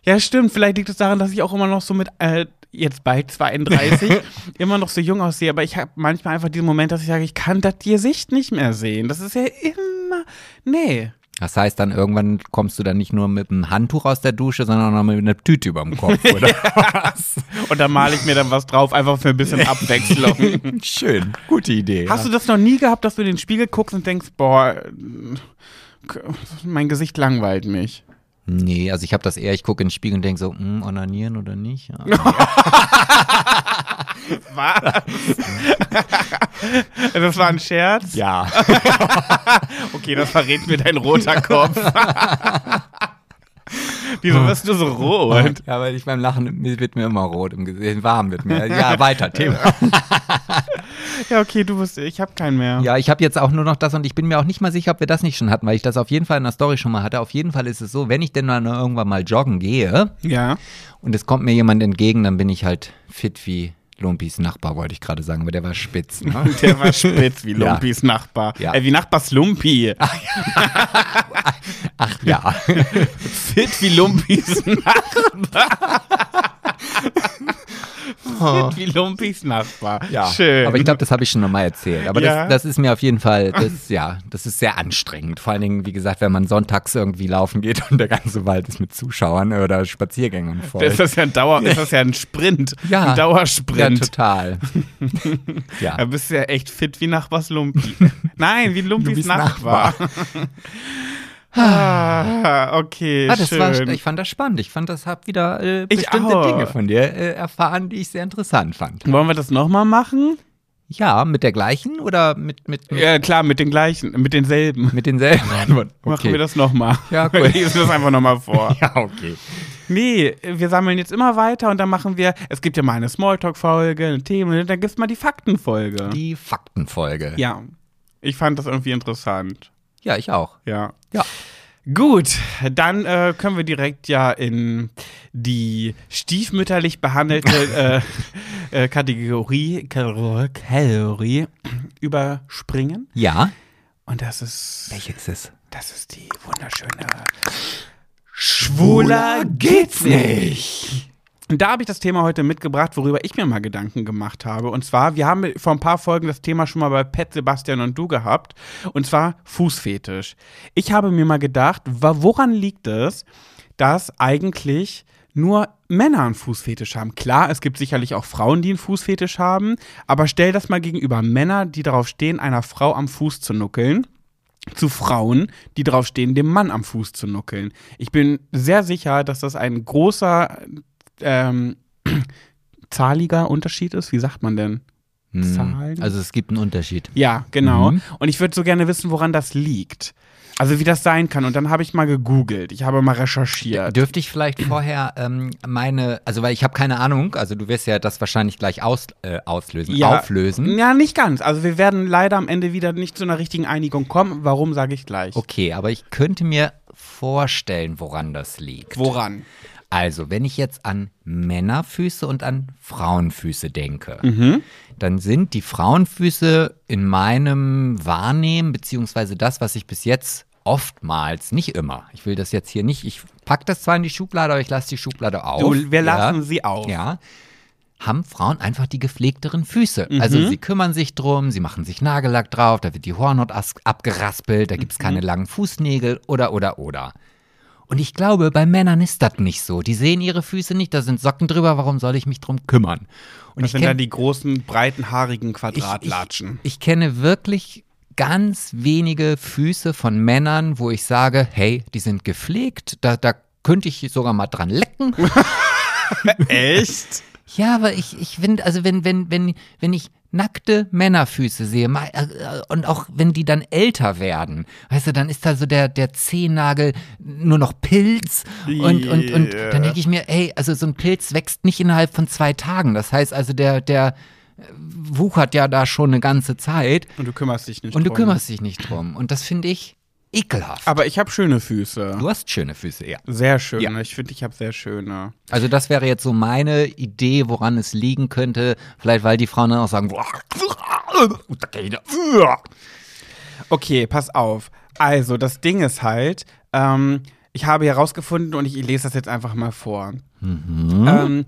Ja, stimmt. Vielleicht liegt es daran, dass ich auch immer noch so mit, äh, jetzt bald 32, immer noch so jung aussehe. Aber ich habe manchmal einfach diesen Moment, dass ich sage, ich kann das Gesicht nicht mehr sehen. Das ist ja immer. Nee. Das heißt, dann irgendwann kommst du dann nicht nur mit einem Handtuch aus der Dusche, sondern auch noch mit einer Tüte über dem Kopf, oder? Und da male ich mir dann was drauf, einfach für ein bisschen Abwechslung. Schön, gute Idee. Hast du das noch nie gehabt, dass du in den Spiegel guckst und denkst, boah, k- mein Gesicht langweilt mich? Nee, also ich habe das eher, ich gucke in den Spiegel und denke so, hm, onanieren oder nicht? Ja. Was? das war ein Scherz? ja. Okay, das verrät mir dein roter Kopf. Wieso bist du so rot? ja, weil ich beim Lachen mir wird mir immer rot im Gesicht, warm wird mir. Ja, weiter, Thema. Ja, okay, du bist. Ich habe keinen mehr. Ja, ich habe jetzt auch nur noch das und ich bin mir auch nicht mal sicher, ob wir das nicht schon hatten, weil ich das auf jeden Fall in der Story schon mal hatte. Auf jeden Fall ist es so, wenn ich denn dann irgendwann mal joggen gehe Ja. und es kommt mir jemand entgegen, dann bin ich halt fit wie Lumpis Nachbar, wollte ich gerade sagen, aber der war spitz. Ne? Der war spitz wie Ja. Lumpis Nachbar. Ja. Ah, Äh, wie Nachbars Lumpi. Ach ja. Fit wie Lumpis Nachbar. Fit wie Lumpis Nachbar. Schön. Oh. Aber ich glaube, das habe ich schon nochmal erzählt. Aber Ja. das, das ist mir auf jeden Fall, das, ja, das ist sehr anstrengend. Vor allen Dingen, wie gesagt, wenn man sonntags irgendwie laufen geht und der ganze Wald ist mit Zuschauern oder Spaziergängern voll. ist das ja ein Dauer, ist das ja ein Sprint. Ja. Ein ja, Dauersprint. total. Da ja. bist du ja echt fit wie Nachbars Lumpi. Nein, wie Lumpis Lumpis Nachbar. ah, okay, Ah, das schön. war, ich fand das spannend. Ich fand, das habe wieder äh, Ich bestimmte auch. Dinge von dir äh, erfahren, die ich sehr interessant fand. Wollen wir das nochmal machen? Ja, mit der gleichen oder mit, mit, mit, Ja, klar, mit den gleichen, mit denselben. mit denselben Antworten? Machen wir das nochmal. Ja, cool. Lesen das einfach nochmal vor. Ja, okay. Nee, wir sammeln jetzt immer weiter und dann machen wir, es gibt ja mal eine Smalltalk-Folge, eine Themen, dann gibt's mal die Faktenfolge. Die Faktenfolge. Ja. Ich fand das irgendwie interessant. ja ich auch. Ja. Ja. Gut, dann äh, können wir direkt ja in die stiefmütterlich behandelte äh, äh, Kategorie, Kategorie überspringen. Ja. Und das ist, Welches ist es? das ist die wunderschöne Schwuler geht's nicht. Und da habe ich das Thema heute mitgebracht, worüber ich mir mal Gedanken gemacht habe. Und zwar, wir haben vor ein paar Folgen das Thema schon mal bei Pet, Sebastian und du gehabt. Und zwar Fußfetisch. Ich habe mir mal gedacht, wa- woran liegt es, dass eigentlich nur Männer einen Fußfetisch haben? Klar, es gibt sicherlich auch Frauen, die einen Fußfetisch haben. Aber stell das mal gegenüber Männer, die darauf stehen, einer Frau am Fuß zu nuckeln zu Frauen, die draufstehen, dem Mann am Fuß zu nuckeln. Ich bin sehr sicher, dass das ein großer ähm, zahliger Unterschied ist. Wie sagt man denn? Hm, Zahlen? Also es gibt einen Unterschied. Ja, genau. Mhm. Und ich würde so gerne wissen, woran das liegt. Also wie das sein kann. Und dann habe ich mal gegoogelt. Ich habe mal recherchiert. Dürfte ich vielleicht vorher ähm, meine, also weil ich habe keine Ahnung, also du wirst ja das wahrscheinlich gleich aus, äh, auslösen, auflösen. Ja, nicht ganz. Also wir werden leider am Ende wieder nicht zu einer richtigen Einigung kommen. Warum sage ich gleich? Okay, aber ich könnte mir vorstellen, woran das liegt. Woran? Also, wenn ich jetzt an Männerfüße und an Frauenfüße denke, Mhm. dann sind die Frauenfüße in meinem Wahrnehmen, beziehungsweise das, was ich bis jetzt oftmals, nicht immer, ich will das jetzt hier nicht, ich pack das zwar in die Schublade, aber ich lasse die Schublade auf. Du, wir lassen ja, sie auf. Ja. Haben Frauen einfach die gepflegteren Füße. Also Mhm. sie kümmern sich drum, sie machen sich Nagellack drauf, da wird die Hornhaut as- abgeraspelt, da gibt's Mhm. keine langen Fußnägel oder, oder, oder. Und ich glaube, bei Männern ist das nicht so. Die sehen ihre Füße nicht, da sind Socken drüber, warum soll ich mich drum kümmern? Und Das ich sind kenn- dann die großen, breiten, haarigen ich, Quadratlatschen. ich, ich kenne wirklich ganz wenige Füße von Männern, wo ich sage, hey, die sind gepflegt, da, da könnte ich sogar mal dran lecken. Echt? Ja, aber ich, ich finde, also wenn, wenn, wenn, wenn ich nackte Männerfüße sehe mal, äh, äh, und auch wenn die dann älter werden, weißt du, dann ist da so der, der Zehennagel nur noch Pilz und, und, und Yeah. dann denke ich mir, ey, also so ein Pilz wächst nicht innerhalb von zwei Tagen. Das heißt also, der, der äh, wuchert ja da schon eine ganze Zeit. Und du kümmerst dich nicht Und du drum. kümmerst dich nicht drum. Und das finde ich ekelhaft. Aber ich habe schöne Füße. du hast schöne Füße, ja. Sehr schöne. Ja. Ich finde, ich habe sehr schöne. Also das wäre jetzt so meine Idee, woran es liegen könnte. Vielleicht, weil die Frauen dann auch sagen, "Boah, da kann ich da- Okay, pass auf. Also, das Ding ist halt, ähm, ich habe herausgefunden und ich lese das jetzt einfach mal vor. Ähm,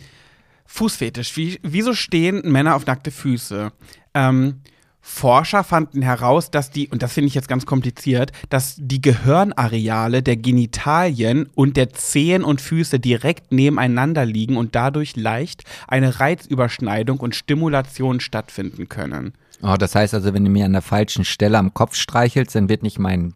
Fußfetisch. Wie, wieso stehen Männer auf nackte Füße? Ähm, Forscher fanden heraus, dass die, und das finde ich jetzt ganz kompliziert, dass die Gehirnareale der Genitalien und der Zehen und Füße direkt nebeneinander liegen und dadurch leicht eine Reizüberschneidung und Stimulation stattfinden können. Oh, das heißt also, wenn du mir an der falschen Stelle am Kopf streichelst, dann wird nicht mein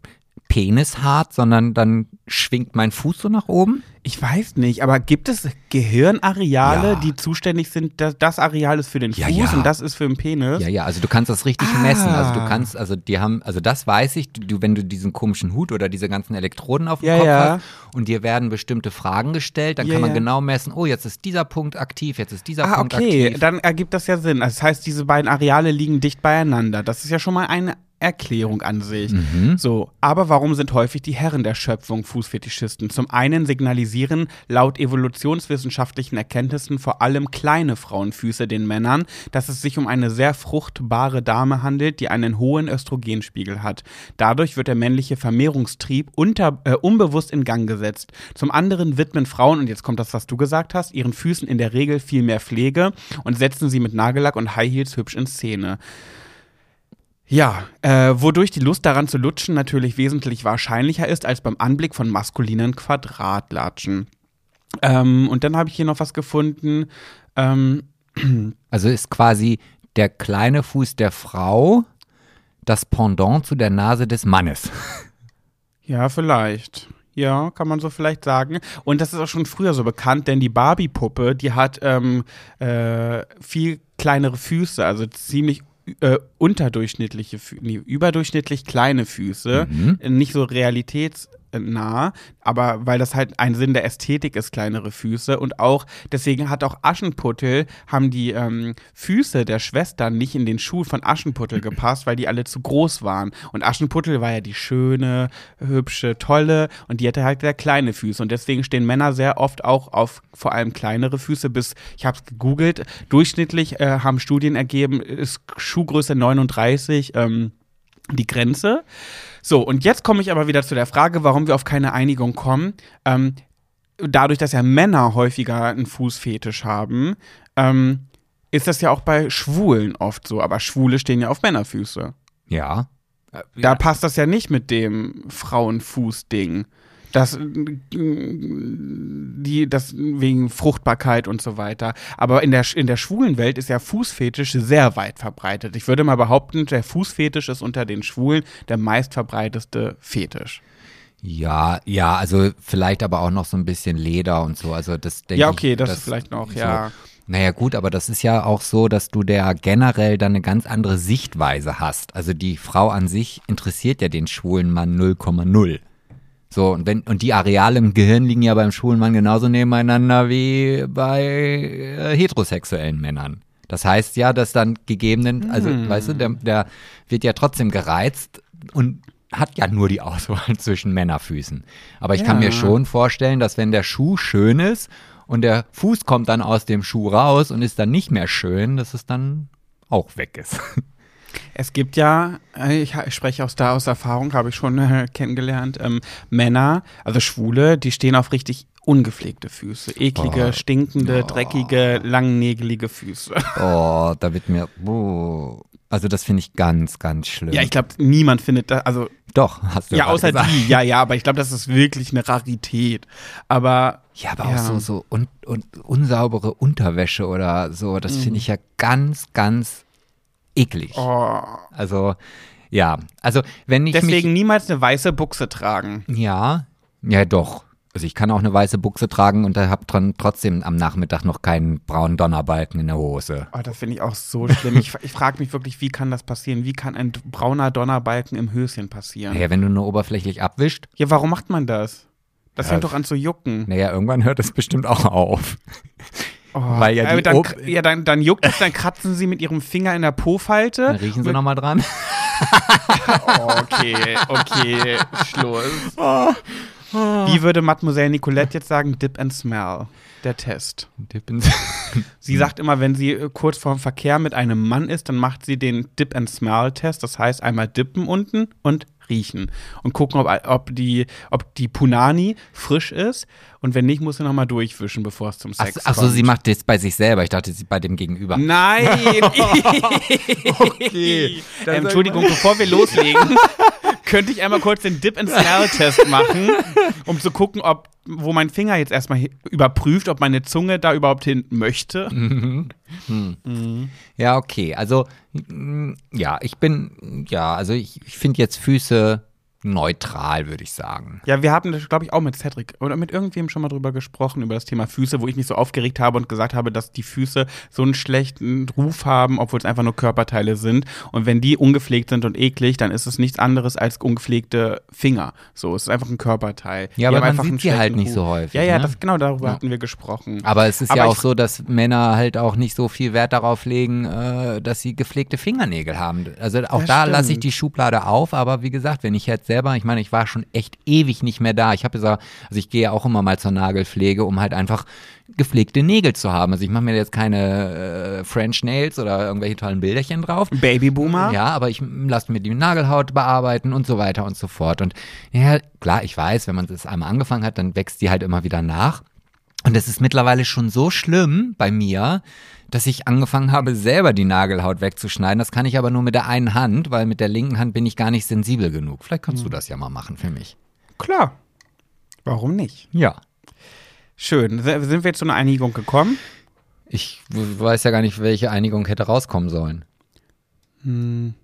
Penis hart, sondern dann schwingt mein Fuß so nach oben. Ich weiß nicht, aber gibt es Gehirnareale, Ja. die zuständig sind, dass das Areal ist für den Ja, Fuß ja. und das ist für den Penis? Ja, ja, also du kannst das richtig Ah. messen. Also du kannst, also die haben, also das weiß ich, du- du, wenn du diesen komischen Hut oder diese ganzen Elektroden auf dem Ja, Kopf ja. hast und dir werden bestimmte Fragen gestellt, dann Ja, kann man ja. genau messen, oh, jetzt ist dieser Punkt aktiv, jetzt ist dieser Ah, Punkt okay, aktiv. dann ergibt das ja Sinn. Also Das heißt, diese beiden Areale liegen dicht beieinander. Das ist ja schon mal eine Erklärung an sich. Mhm. So, aber warum sind häufig die Herren der Schöpfung Fußfetischisten? Zum einen signalisieren laut evolutionswissenschaftlichen Erkenntnissen vor allem kleine Frauenfüße den Männern, dass es sich um eine sehr fruchtbare Dame handelt, die einen hohen Östrogenspiegel hat. Dadurch wird der männliche Vermehrungstrieb unter, äh, unbewusst in Gang gesetzt. Zum anderen widmen Frauen, und jetzt kommt das, was du gesagt hast, ihren Füßen in der Regel viel mehr Pflege und setzen sie mit Nagellack und High Heels hübsch in Szene. Ja, äh, wodurch die Lust daran zu lutschen natürlich wesentlich wahrscheinlicher ist als beim Anblick von maskulinen Quadratlatschen. Ähm, und dann habe ich hier noch was gefunden. Ähm, Also ist quasi der kleine Fuß der Frau das Pendant zu der Nase des Mannes. Ja, vielleicht. Ja, kann man so vielleicht sagen. Und das ist auch schon früher so bekannt, denn die Barbie-Puppe, die hat ähm, äh, viel kleinere Füße, also ziemlich äh, unterdurchschnittliche, Fü nee, überdurchschnittlich kleine Füße, äh, nicht so realitätsnah, äh, aber weil das halt ein Sinn der Ästhetik ist, kleinere Füße und auch deswegen hat auch Aschenputtel haben die ähm, Füße der Schwestern nicht in den Schuh von Aschenputtel gepasst, weil die alle zu groß waren. Und Aschenputtel war ja die schöne, hübsche, tolle und die hatte halt sehr kleine Füße. Und deswegen stehen Männer sehr oft auch auf vor allem kleinere Füße bis, ich habe es gegoogelt, durchschnittlich äh, haben Studien ergeben, ist Schuhgröße 39 ähm, die Grenze. So, und jetzt komme ich aber wieder zu der Frage, warum wir auf keine Einigung kommen. Ähm, dadurch, dass ja Männer häufiger einen Fußfetisch haben, ähm, ist das ja auch bei Schwulen oft so. Aber Schwule stehen ja auf Männerfüße. Ja. Da passt das ja nicht mit dem Frauenfuß-Ding. Das, äh, die, das wegen Fruchtbarkeit und so weiter. Aber in der, in der schwulen Welt ist ja Fußfetisch sehr weit verbreitet. Ich würde mal behaupten, der Fußfetisch ist unter den Schwulen der meistverbreiteste Fetisch. Ja, ja, also vielleicht aber auch noch so ein bisschen Leder und so. Also das denke ja, okay, ich, das, vielleicht noch, so. ja. Naja gut, aber das ist ja auch so, dass du der generell dann eine ganz andere Sichtweise hast. Also die Frau an sich interessiert ja den schwulen Mann 0,0. So, und wenn, und die Areale im Gehirn liegen ja beim schwulen Mann genauso nebeneinander wie bei äh, heterosexuellen Männern. Das heißt Hm. ja, dass dann gegebenen, also weißt du, der, der wird ja trotzdem gereizt und hat ja nur die Auswahl zwischen Männerfüßen. Aber ich kann mir schon vorstellen, dass wenn der Schuh schön ist und der Fuß kommt dann aus dem Schuh raus und ist dann nicht mehr schön, dass es dann auch weg ist. Es gibt ja, äh, ich, ha- ich spreche aus da aus Erfahrung, habe ich schon äh, kennengelernt, ähm, Männer, also Schwule, die stehen auf richtig ungepflegte Füße. Eklige, Oh. stinkende, Oh. dreckige, langnägelige Füße. Oh, da wird mir. Oh. Also das finde ich ganz, ganz schlimm. Ja, ich glaube, niemand findet da, also Doch, hast du ja, gerade außer gesagt. die, ja, ja, aber ich glaube, das ist wirklich eine Rarität. Aber Ja, aber Ja. auch so, so un, un, unsaubere Unterwäsche oder so, das finde ich ja ganz, ganz eklig. Mhm. oh, Also, ja. Also, wenn ich deswegen niemals eine weiße Buchse tragen. mich. Ja, ja, doch. Also, ich kann auch eine weiße Buchse tragen und habe dran trotzdem am Nachmittag noch keinen braunen Donnerbalken in der Hose. Oh, das finde ich auch so schlimm. Ich, ich frage mich wirklich, wie kann das passieren? Wie kann ein brauner Donnerbalken im Höschen passieren? Naja, wenn du nur oberflächlich abwischt, Ja, warum macht man das? Das Ja, fängt doch an zu jucken. naja, irgendwann hört es bestimmt auch auf. Oh, weil ja die aber dann, Ob- ja, dann, dann juckt es, dann kratzen sie mit ihrem Finger in der Dann Pofalte. riechen sie nochmal dran. Oh, okay, okay, Schluss. Oh. Wie würde Mademoiselle Nicolette jetzt sagen, dip and smell, der Test. Dippen. Hm. Sie sagt immer, wenn sie äh, kurz vorm Verkehr mit einem Mann ist, dann macht sie den Dip and Smell Test, das heißt einmal dippen unten und riechen und gucken, ob, ob die ob die Punani frisch ist und wenn nicht, muss sie nochmal durchwischen, bevor es zum Ach, Sex ach so, kommt. sie macht das bei sich selber. Ich dachte, sie bei dem Gegenüber. Nein! Okay. Ähm, Entschuldigung, bevor wir loslegen, könnte ich einmal kurz den Dip and Smell Test machen, um zu gucken, ob wo mein Finger jetzt erstmal hi- überprüft, ob meine Zunge da überhaupt hin möchte. Ja, okay. Also, mm, ja, ich bin, ja, also ich, ich finde jetzt Füße neutral, würde ich sagen. Ja, wir haben das, glaube ich, auch mit Cedric oder mit irgendwem schon mal drüber gesprochen, über das Thema Füße, wo ich mich so aufgeregt habe und gesagt habe, dass die Füße so einen schlechten Ruf haben, obwohl es einfach nur Körperteile sind. Und wenn die ungepflegt sind und eklig, dann ist es nichts anderes als ungepflegte Finger. So, es ist einfach ein Körperteil. Die aber haben man einfach sieht einen sie halt schlechten nicht Ruf. so häufig, Ja, ja, ne? das, genau darüber Ja. hatten wir gesprochen. Aber es ist Aber ja auch ich- so, dass Männer halt auch nicht so viel Wert darauf legen, äh, dass sie gepflegte Fingernägel haben. Also auch Das da lasse ich stimmt. die Schublade auf, aber wie gesagt, wenn ich jetzt selber, ich meine, ich war schon echt ewig nicht mehr da. Ich habe ja, also ich gehe ja auch immer mal zur Nagelpflege, um halt einfach gepflegte Nägel zu haben. Also ich mache mir jetzt keine äh, French Nails oder irgendwelche tollen Bilderchen drauf. Babyboomer? Ja, aber ich lasse mir die Nagelhaut bearbeiten und so weiter und so fort. Und ja, klar, ich weiß, wenn man das einmal angefangen hat, dann wächst die halt immer wieder nach. Und es ist mittlerweile schon so schlimm bei mir, dass ich angefangen habe, selber die Nagelhaut wegzuschneiden. Das kann ich aber nur mit der einen Hand, weil mit der linken Hand bin ich gar nicht sensibel genug. Vielleicht kannst du das ja mal machen für mich. Klar. Warum nicht? Ja. Schön. Se- Sind wir jetzt zu einer Einigung gekommen? Ich w- weiß ja gar nicht, welche Einigung hätte rauskommen sollen.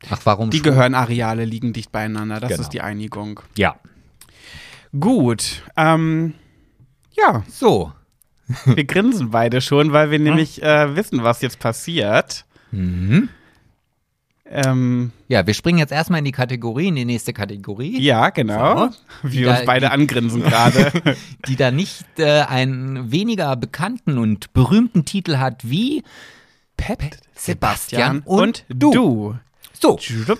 Ach, warum? Die Schu- Gehirnareale liegen dicht beieinander. Das Genau. ist die Einigung. ja. Gut. Ähm, ja, So. wir grinsen beide schon, weil Hm? wir nämlich äh, wissen, was jetzt passiert. Mhm. Ähm, Ja, wir springen jetzt erstmal in die Kategorie, in die nächste Kategorie. ja, genau. So. Wir Ja, uns beide angrinsen gerade. die da nicht äh, einen weniger bekannten und berühmten Titel hat wie Pep, Sebastian und, du. So, Schwupp.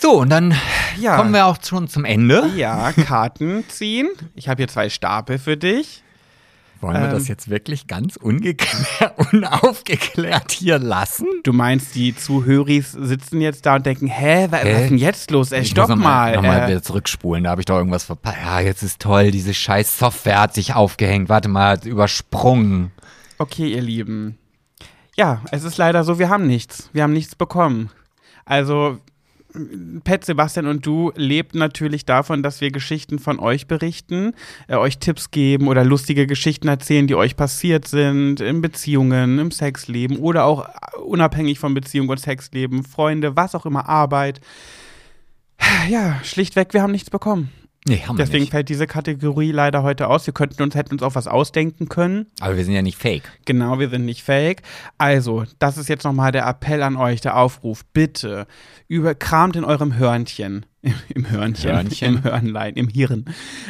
so und dann Ja. kommen wir auch schon zum Ende. Ja, Karten ziehen. Ich habe hier zwei Stapel für dich. Wollen wir Ähm. das jetzt wirklich ganz ungeklärt, unaufgeklärt hier lassen? Du meinst, die Zuhöris sitzen jetzt da und denken, hä, wa- was Hä? ist denn jetzt los? Ey, Ich stopp muss noch mal. Noch mal äh, wieder zurückspulen, da habe ich doch irgendwas verpasst. Ja, jetzt ist toll, diese scheiß Software hat sich aufgehängt. Warte mal, hat übersprungen. Okay, ihr Lieben. Ja, es ist leider so, wir haben nichts. Wir haben nichts bekommen. Also, Pet, Sebastian und du lebt natürlich davon, dass wir Geschichten von euch berichten, äh, euch Tipps geben oder lustige Geschichten erzählen, die euch passiert sind, in Beziehungen, im Sexleben oder auch äh, unabhängig von Beziehung und Sexleben, Freunde, was auch immer, Arbeit. Ja, schlichtweg, wir haben nichts bekommen. Nee, haben wir Deswegen Hm, nicht. fällt diese Kategorie leider heute aus. Wir könnten uns, hätten uns auch was ausdenken können. Aber wir sind ja nicht fake. Genau, wir sind nicht fake. Also, das ist jetzt nochmal der Appell an euch, der Aufruf. Bitte, über, kramt in eurem Hörnchen, im, im Hörnchen, Hörnchen? im Hörnlein, im Hirn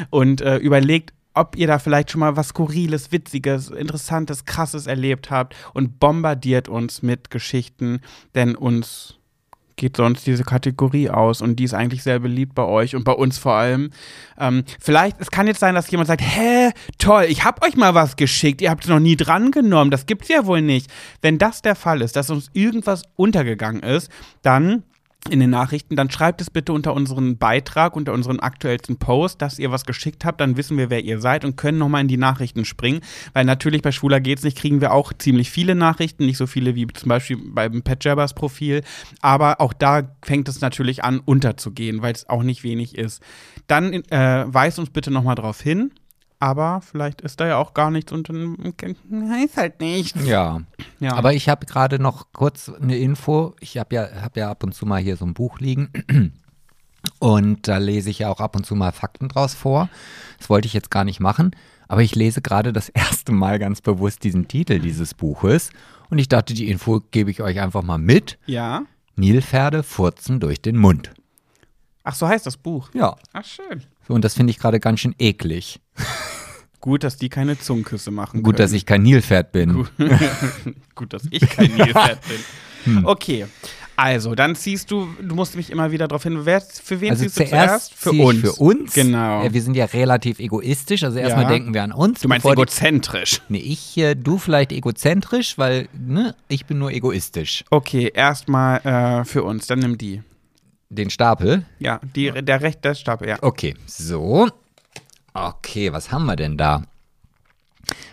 und äh, überlegt, ob ihr da vielleicht schon mal was Skurriles, Witziges, Interessantes, Krasses erlebt habt und bombardiert uns mit Geschichten, denn uns geht sonst diese Kategorie aus und die ist eigentlich sehr beliebt bei euch und bei uns vor allem. Ähm, vielleicht, es kann jetzt sein, dass jemand sagt, hä, toll, ich hab euch mal was geschickt, ihr habt es noch nie drangenommen, das gibt's ja wohl nicht. Wenn das der Fall ist, dass uns irgendwas untergegangen ist, dann in den Nachrichten, dann schreibt es bitte unter unseren Beitrag, unter unseren aktuellsten Post, dass ihr was geschickt habt, dann wissen wir, wer ihr seid und können nochmal in die Nachrichten springen, weil natürlich bei Schwuler geht's nicht, kriegen wir auch ziemlich viele Nachrichten, nicht so viele wie zum Beispiel beim Pat Jabbers Profil, aber auch da fängt es natürlich an unterzugehen, weil es auch nicht wenig ist. Dann äh, weist uns bitte nochmal drauf hin, aber vielleicht ist da ja auch gar nichts und dann hm, heißt halt nichts. Ja. Ja. Aber ich habe gerade noch kurz eine Info. Ich habe ja, hab ja ab und zu mal hier so ein Buch liegen. Und da lese ich ja auch ab und zu mal Fakten draus vor. Das wollte ich jetzt gar nicht machen. Aber ich lese gerade das erste Mal ganz bewusst diesen Titel dieses Buches. Und ich dachte, die Info gebe ich euch einfach mal mit. Ja. Nilpferde furzen durch den Mund. Ach, so heißt das Buch. Ja. Ach, schön. So, Und das finde ich gerade ganz schön eklig. Gut, dass die keine Zungenküsse machen. Gut, dass können. ich kein Nilpferd bin. Gut, dass ich kein Nilpferd bin. Hm. Okay. Also, dann ziehst du, du musst mich immer wieder darauf hin. Wer, für wen Also ziehst du zuerst? zuerst für uns. Für uns. Genau. Ja, wir sind ja relativ egoistisch. Also erstmal Ja. denken wir an uns. du meinst bevor die- egozentrisch. Nee, ich, äh, du vielleicht egozentrisch, weil ne, ich bin nur egoistisch. Okay, erstmal äh, für uns, dann nimm die. Den Stapel. Ja, die, der rechte der Stab, ja. Okay, so. Okay, was haben wir denn da?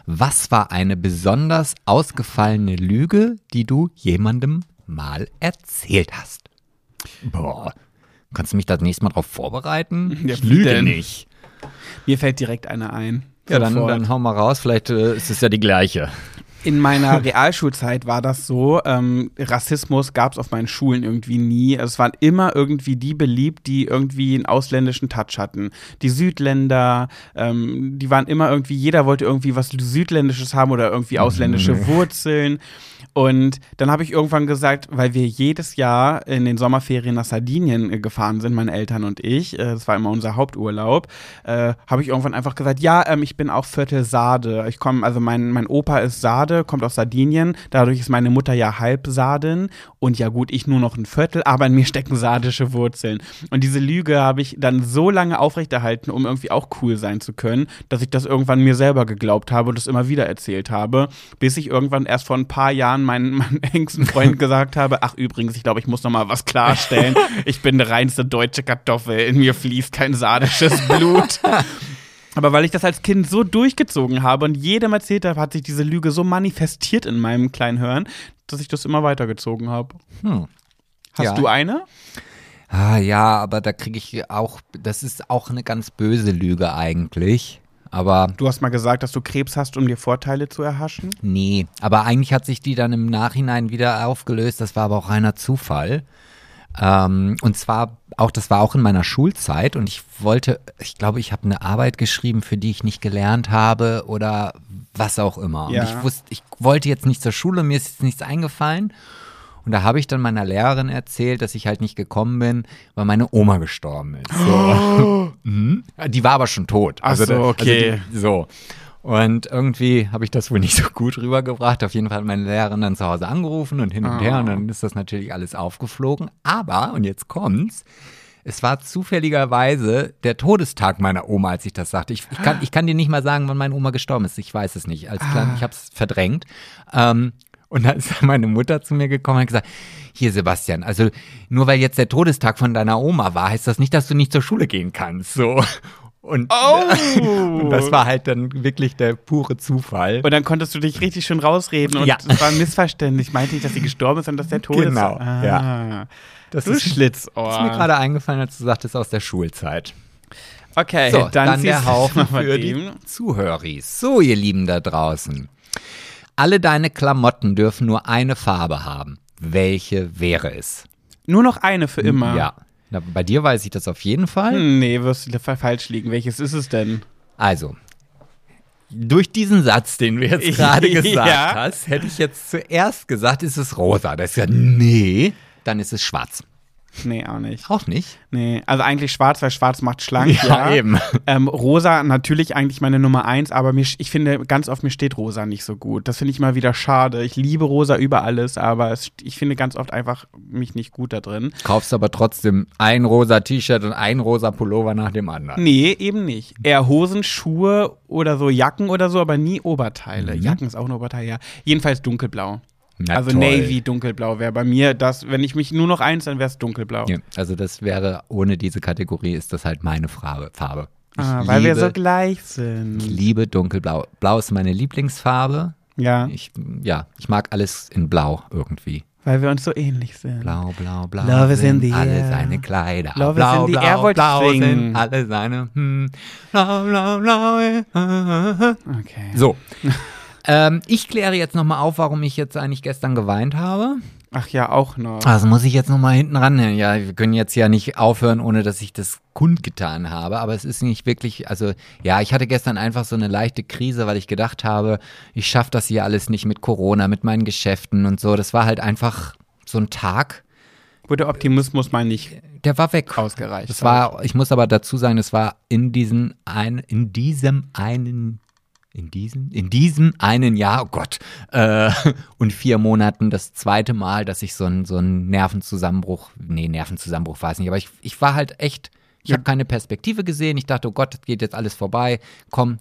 Was war eine besonders ausgefallene Lüge, die du jemandem mal erzählt hast? Boah. Kannst du mich das nächste Mal darauf vorbereiten? Ja, ich wie lüge denn? nicht. Mir fällt direkt eine ein. Ja, dann, Sofort. dann hau mal raus. Vielleicht äh, ist es ja die gleiche. In meiner Realschulzeit war das so, ähm, Rassismus gab es auf meinen Schulen irgendwie nie. Also Es waren immer irgendwie die beliebt, die irgendwie einen ausländischen Touch hatten. Die Südländer, ähm, die waren immer irgendwie, jeder wollte irgendwie was Südländisches haben oder irgendwie ausländische Wurzeln. Und dann habe ich irgendwann gesagt, weil wir jedes Jahr in den Sommerferien nach Sardinien äh, gefahren sind, meine Eltern und ich, äh, das war immer unser Haupturlaub, äh, habe ich irgendwann einfach gesagt, ja, ähm, ich bin auch Viertel Sade. Ich komme, also mein, mein Opa ist Sade, kommt aus Sardinien, dadurch ist meine Mutter ja halb Sardin und ja gut, ich nur noch ein Viertel, aber in mir stecken sardische Wurzeln. Und diese Lüge habe ich dann so lange aufrechterhalten, um irgendwie auch cool sein zu können, dass ich das irgendwann mir selber geglaubt habe und es immer wieder erzählt habe, bis ich irgendwann erst vor ein paar Jahren meinen, meinen engsten Freunden gesagt habe, ach übrigens, ich glaube, ich muss noch mal was klarstellen. Ich bin eine reinste deutsche Kartoffel, in mir fließt kein sardisches Blut. Aber weil ich das als Kind so durchgezogen habe und jedem erzählt habe, hat sich diese Lüge so manifestiert in meinem kleinen Hirn, dass ich das immer weitergezogen habe. Hm. Hast Ja. du eine? Ah, ja, aber da kriege ich auch, das ist auch eine ganz böse Lüge eigentlich. Aber Du hast mal gesagt, dass du Krebs hast, um dir Vorteile zu erhaschen. nee, aber eigentlich hat sich die dann im Nachhinein wieder aufgelöst. Das war aber auch reiner Zufall. Ähm, und zwar auch, das war auch in meiner Schulzeit und ich wollte, ich glaube, ich habe eine Arbeit geschrieben, für die ich nicht gelernt habe oder was auch immer. Ja. Und ich wusste, ich wollte jetzt nicht zur Schule, mir ist jetzt nichts eingefallen. Und da habe ich dann meiner Lehrerin erzählt, dass ich halt nicht gekommen bin, weil meine Oma gestorben ist. So. Mhm. Die war aber schon tot. Also Ach so, da- okay. die, so. Und irgendwie habe ich das wohl nicht so gut rübergebracht. Auf jeden Fall hat meine Lehrerin dann zu Hause angerufen und hin und Ah. her. Und dann ist das natürlich alles aufgeflogen. Aber, und jetzt kommt's, es war zufälligerweise der Todestag meiner Oma, als ich das sagte. Ich, ich, kann, ich kann dir nicht mal sagen, wann meine Oma gestorben ist. Ich weiß es nicht. Als Klein, Ah. Ich habe es verdrängt. Ähm, und dann ist dann meine Mutter zu mir gekommen und hat gesagt, hier Sebastian, also nur weil jetzt der Todestag von deiner Oma war, heißt das nicht, dass du nicht zur Schule gehen kannst. So. Und, Oh. und das war halt dann wirklich der pure Zufall. Und dann konntest du dich richtig schön rausreden und Ja. es war missverständlich. Ich meinte nicht, dass sie gestorben ist, sondern dass der Tod Genau, ist. Ah, ja. das Du ist, Schlitzohr. ist mir gerade eingefallen, als du sagtest, aus der Schulzeit. Okay, So, dann, der ziehst du Haufen mal für die dem. Zuhörer. So, ihr Lieben da draußen. Alle deine Klamotten dürfen nur eine Farbe haben. Welche wäre es? Nur noch eine für immer. Ja. Na, bei dir weiß ich das auf jeden Fall. Hm, Nee, wirst du fa- falsch liegen. Welches ist es denn? Also, durch diesen Satz, den du jetzt gerade gesagt Ja. hast, hätte ich jetzt zuerst gesagt, ist es rosa. Das ist ja, nee, dann ist es schwarz. Nee, auch nicht. Auch nicht? Nee, also eigentlich schwarz, weil schwarz macht schlank. Ja, eben. Ähm, rosa natürlich eigentlich meine Nummer eins, aber mir, ich finde ganz oft, mir steht rosa nicht so gut. Das finde ich immer wieder schade. Ich liebe rosa über alles, aber es, ich finde ganz oft einfach mich nicht gut da drin. Kaufst aber trotzdem ein rosa T-Shirt und ein rosa Pullover nach dem anderen. Nee, eben nicht. Eher Hosen, Schuhe oder so, Jacken oder so, aber nie Oberteile. Mhm. Jacken ist auch ein Oberteil, ja. Jedenfalls dunkelblau. Na also toll. Navy dunkelblau wäre bei mir das, wenn ich mich nur noch eins, dann wäre es dunkelblau. Ja, also das wäre, ohne diese Kategorie ist das halt meine Farbe. Farbe. Ich Ah, weil wir liebe- so gleich Ich sind. liebe dunkelblau. Blau ist meine Lieblingsfarbe. Ja, Ich, ja, ich mag alles in Blau irgendwie. weil wir uns so ähnlich sind. Blau, blau, blau. Love is in the alle air. seine Kleider. Love is blau, in the blau, air, wollte ich blau singen. sind alle seine. Hm, blau, blau, blau. äh, äh, äh. Okay. So. ähm, ich kläre jetzt nochmal auf, warum ich jetzt eigentlich gestern geweint habe. Ach ja, auch noch. Also muss ich jetzt nochmal hinten ran. Ja, wir können jetzt ja nicht aufhören, ohne dass ich das kundgetan habe. Aber es ist nicht wirklich, also ja, ich hatte gestern einfach so eine leichte Krise, weil ich gedacht habe, ich schaffe das hier alles nicht mit Corona, mit meinen Geschäften und so. Das war halt einfach so ein Tag, Wurde Optimismus mal nicht der war weg. ausgereicht. Das war, ich muss aber dazu sagen, es war in diesen ein, in diesem einen, in diesem, in diesem einen Jahr, oh Gott, äh, und vier Monaten das zweite Mal, dass ich so einen so einen Nervenzusammenbruch, nee, Nervenzusammenbruch war es nicht, aber ich, ich war halt echt, ich Ja. habe keine Perspektive gesehen. Ich dachte, oh Gott, das geht jetzt alles vorbei. Komm,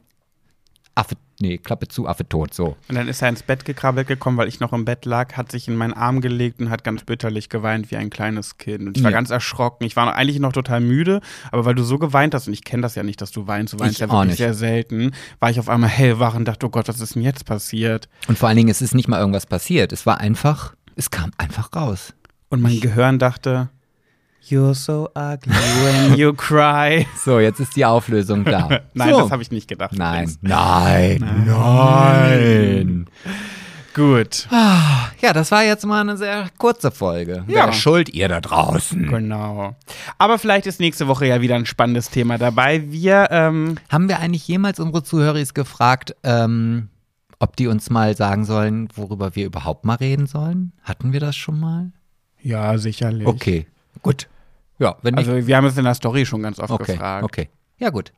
Affe, nee, Klappe zu, Affe tot, so. und dann ist er ins Bett gekrabbelt gekommen, weil ich noch im Bett lag, hat sich in meinen Arm gelegt und hat ganz bitterlich geweint wie ein kleines Kind. Und ich war Ja. ganz erschrocken. Ich war noch, eigentlich noch total müde, aber weil du so geweint hast, und ich kenne das ja nicht, dass du weinst, du weinst Ich ja auch wirklich nicht. sehr selten, war ich auf einmal hellwach und dachte, oh Gott, was ist denn jetzt passiert? Und vor allen Dingen, es ist nicht mal irgendwas passiert. Es war einfach, es kam einfach raus. Und mein Gehirn dachte, you're so ugly when you cry. So, jetzt ist die Auflösung da. Nein, so. das habe ich nicht gedacht. Nein. Nein. Nein. Gut. Ja, das war jetzt mal eine sehr kurze Folge. Ja. Wer schuld ihr da draußen? Genau. Aber vielleicht ist nächste Woche ja wieder ein spannendes Thema dabei. Wir, ähm, Haben wir eigentlich jemals unsere Zuhörer gefragt, ähm, ob die uns mal sagen sollen, worüber wir überhaupt mal reden sollen? Hatten wir das schon mal? ja, sicherlich. Okay, gut. Ja, wenn nicht. Also wir haben es in der Story schon ganz oft okay, gefragt. okay. Ja, gut.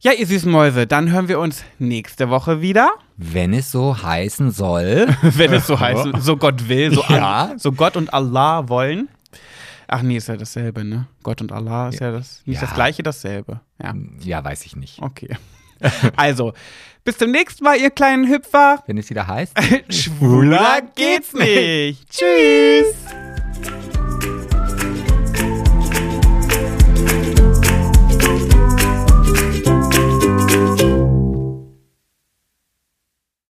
Ja, ihr süßen Mäuse, dann hören wir uns nächste Woche wieder, Wenn es so heißen soll. wenn es so heißt, so Gott will, so, Ja. Allah, so Gott und Allah wollen. Ach nee, ist ja dasselbe, ne? Gott und Allah ist ja, Mhm. das nicht Ja. das gleiche, dasselbe. Ja, ja, weiß ich nicht. okay. Also, bis zum nächsten Mal, ihr kleinen Hüpfer. Wenn es wieder heißt. Schwuler geht's nicht. Tschüss.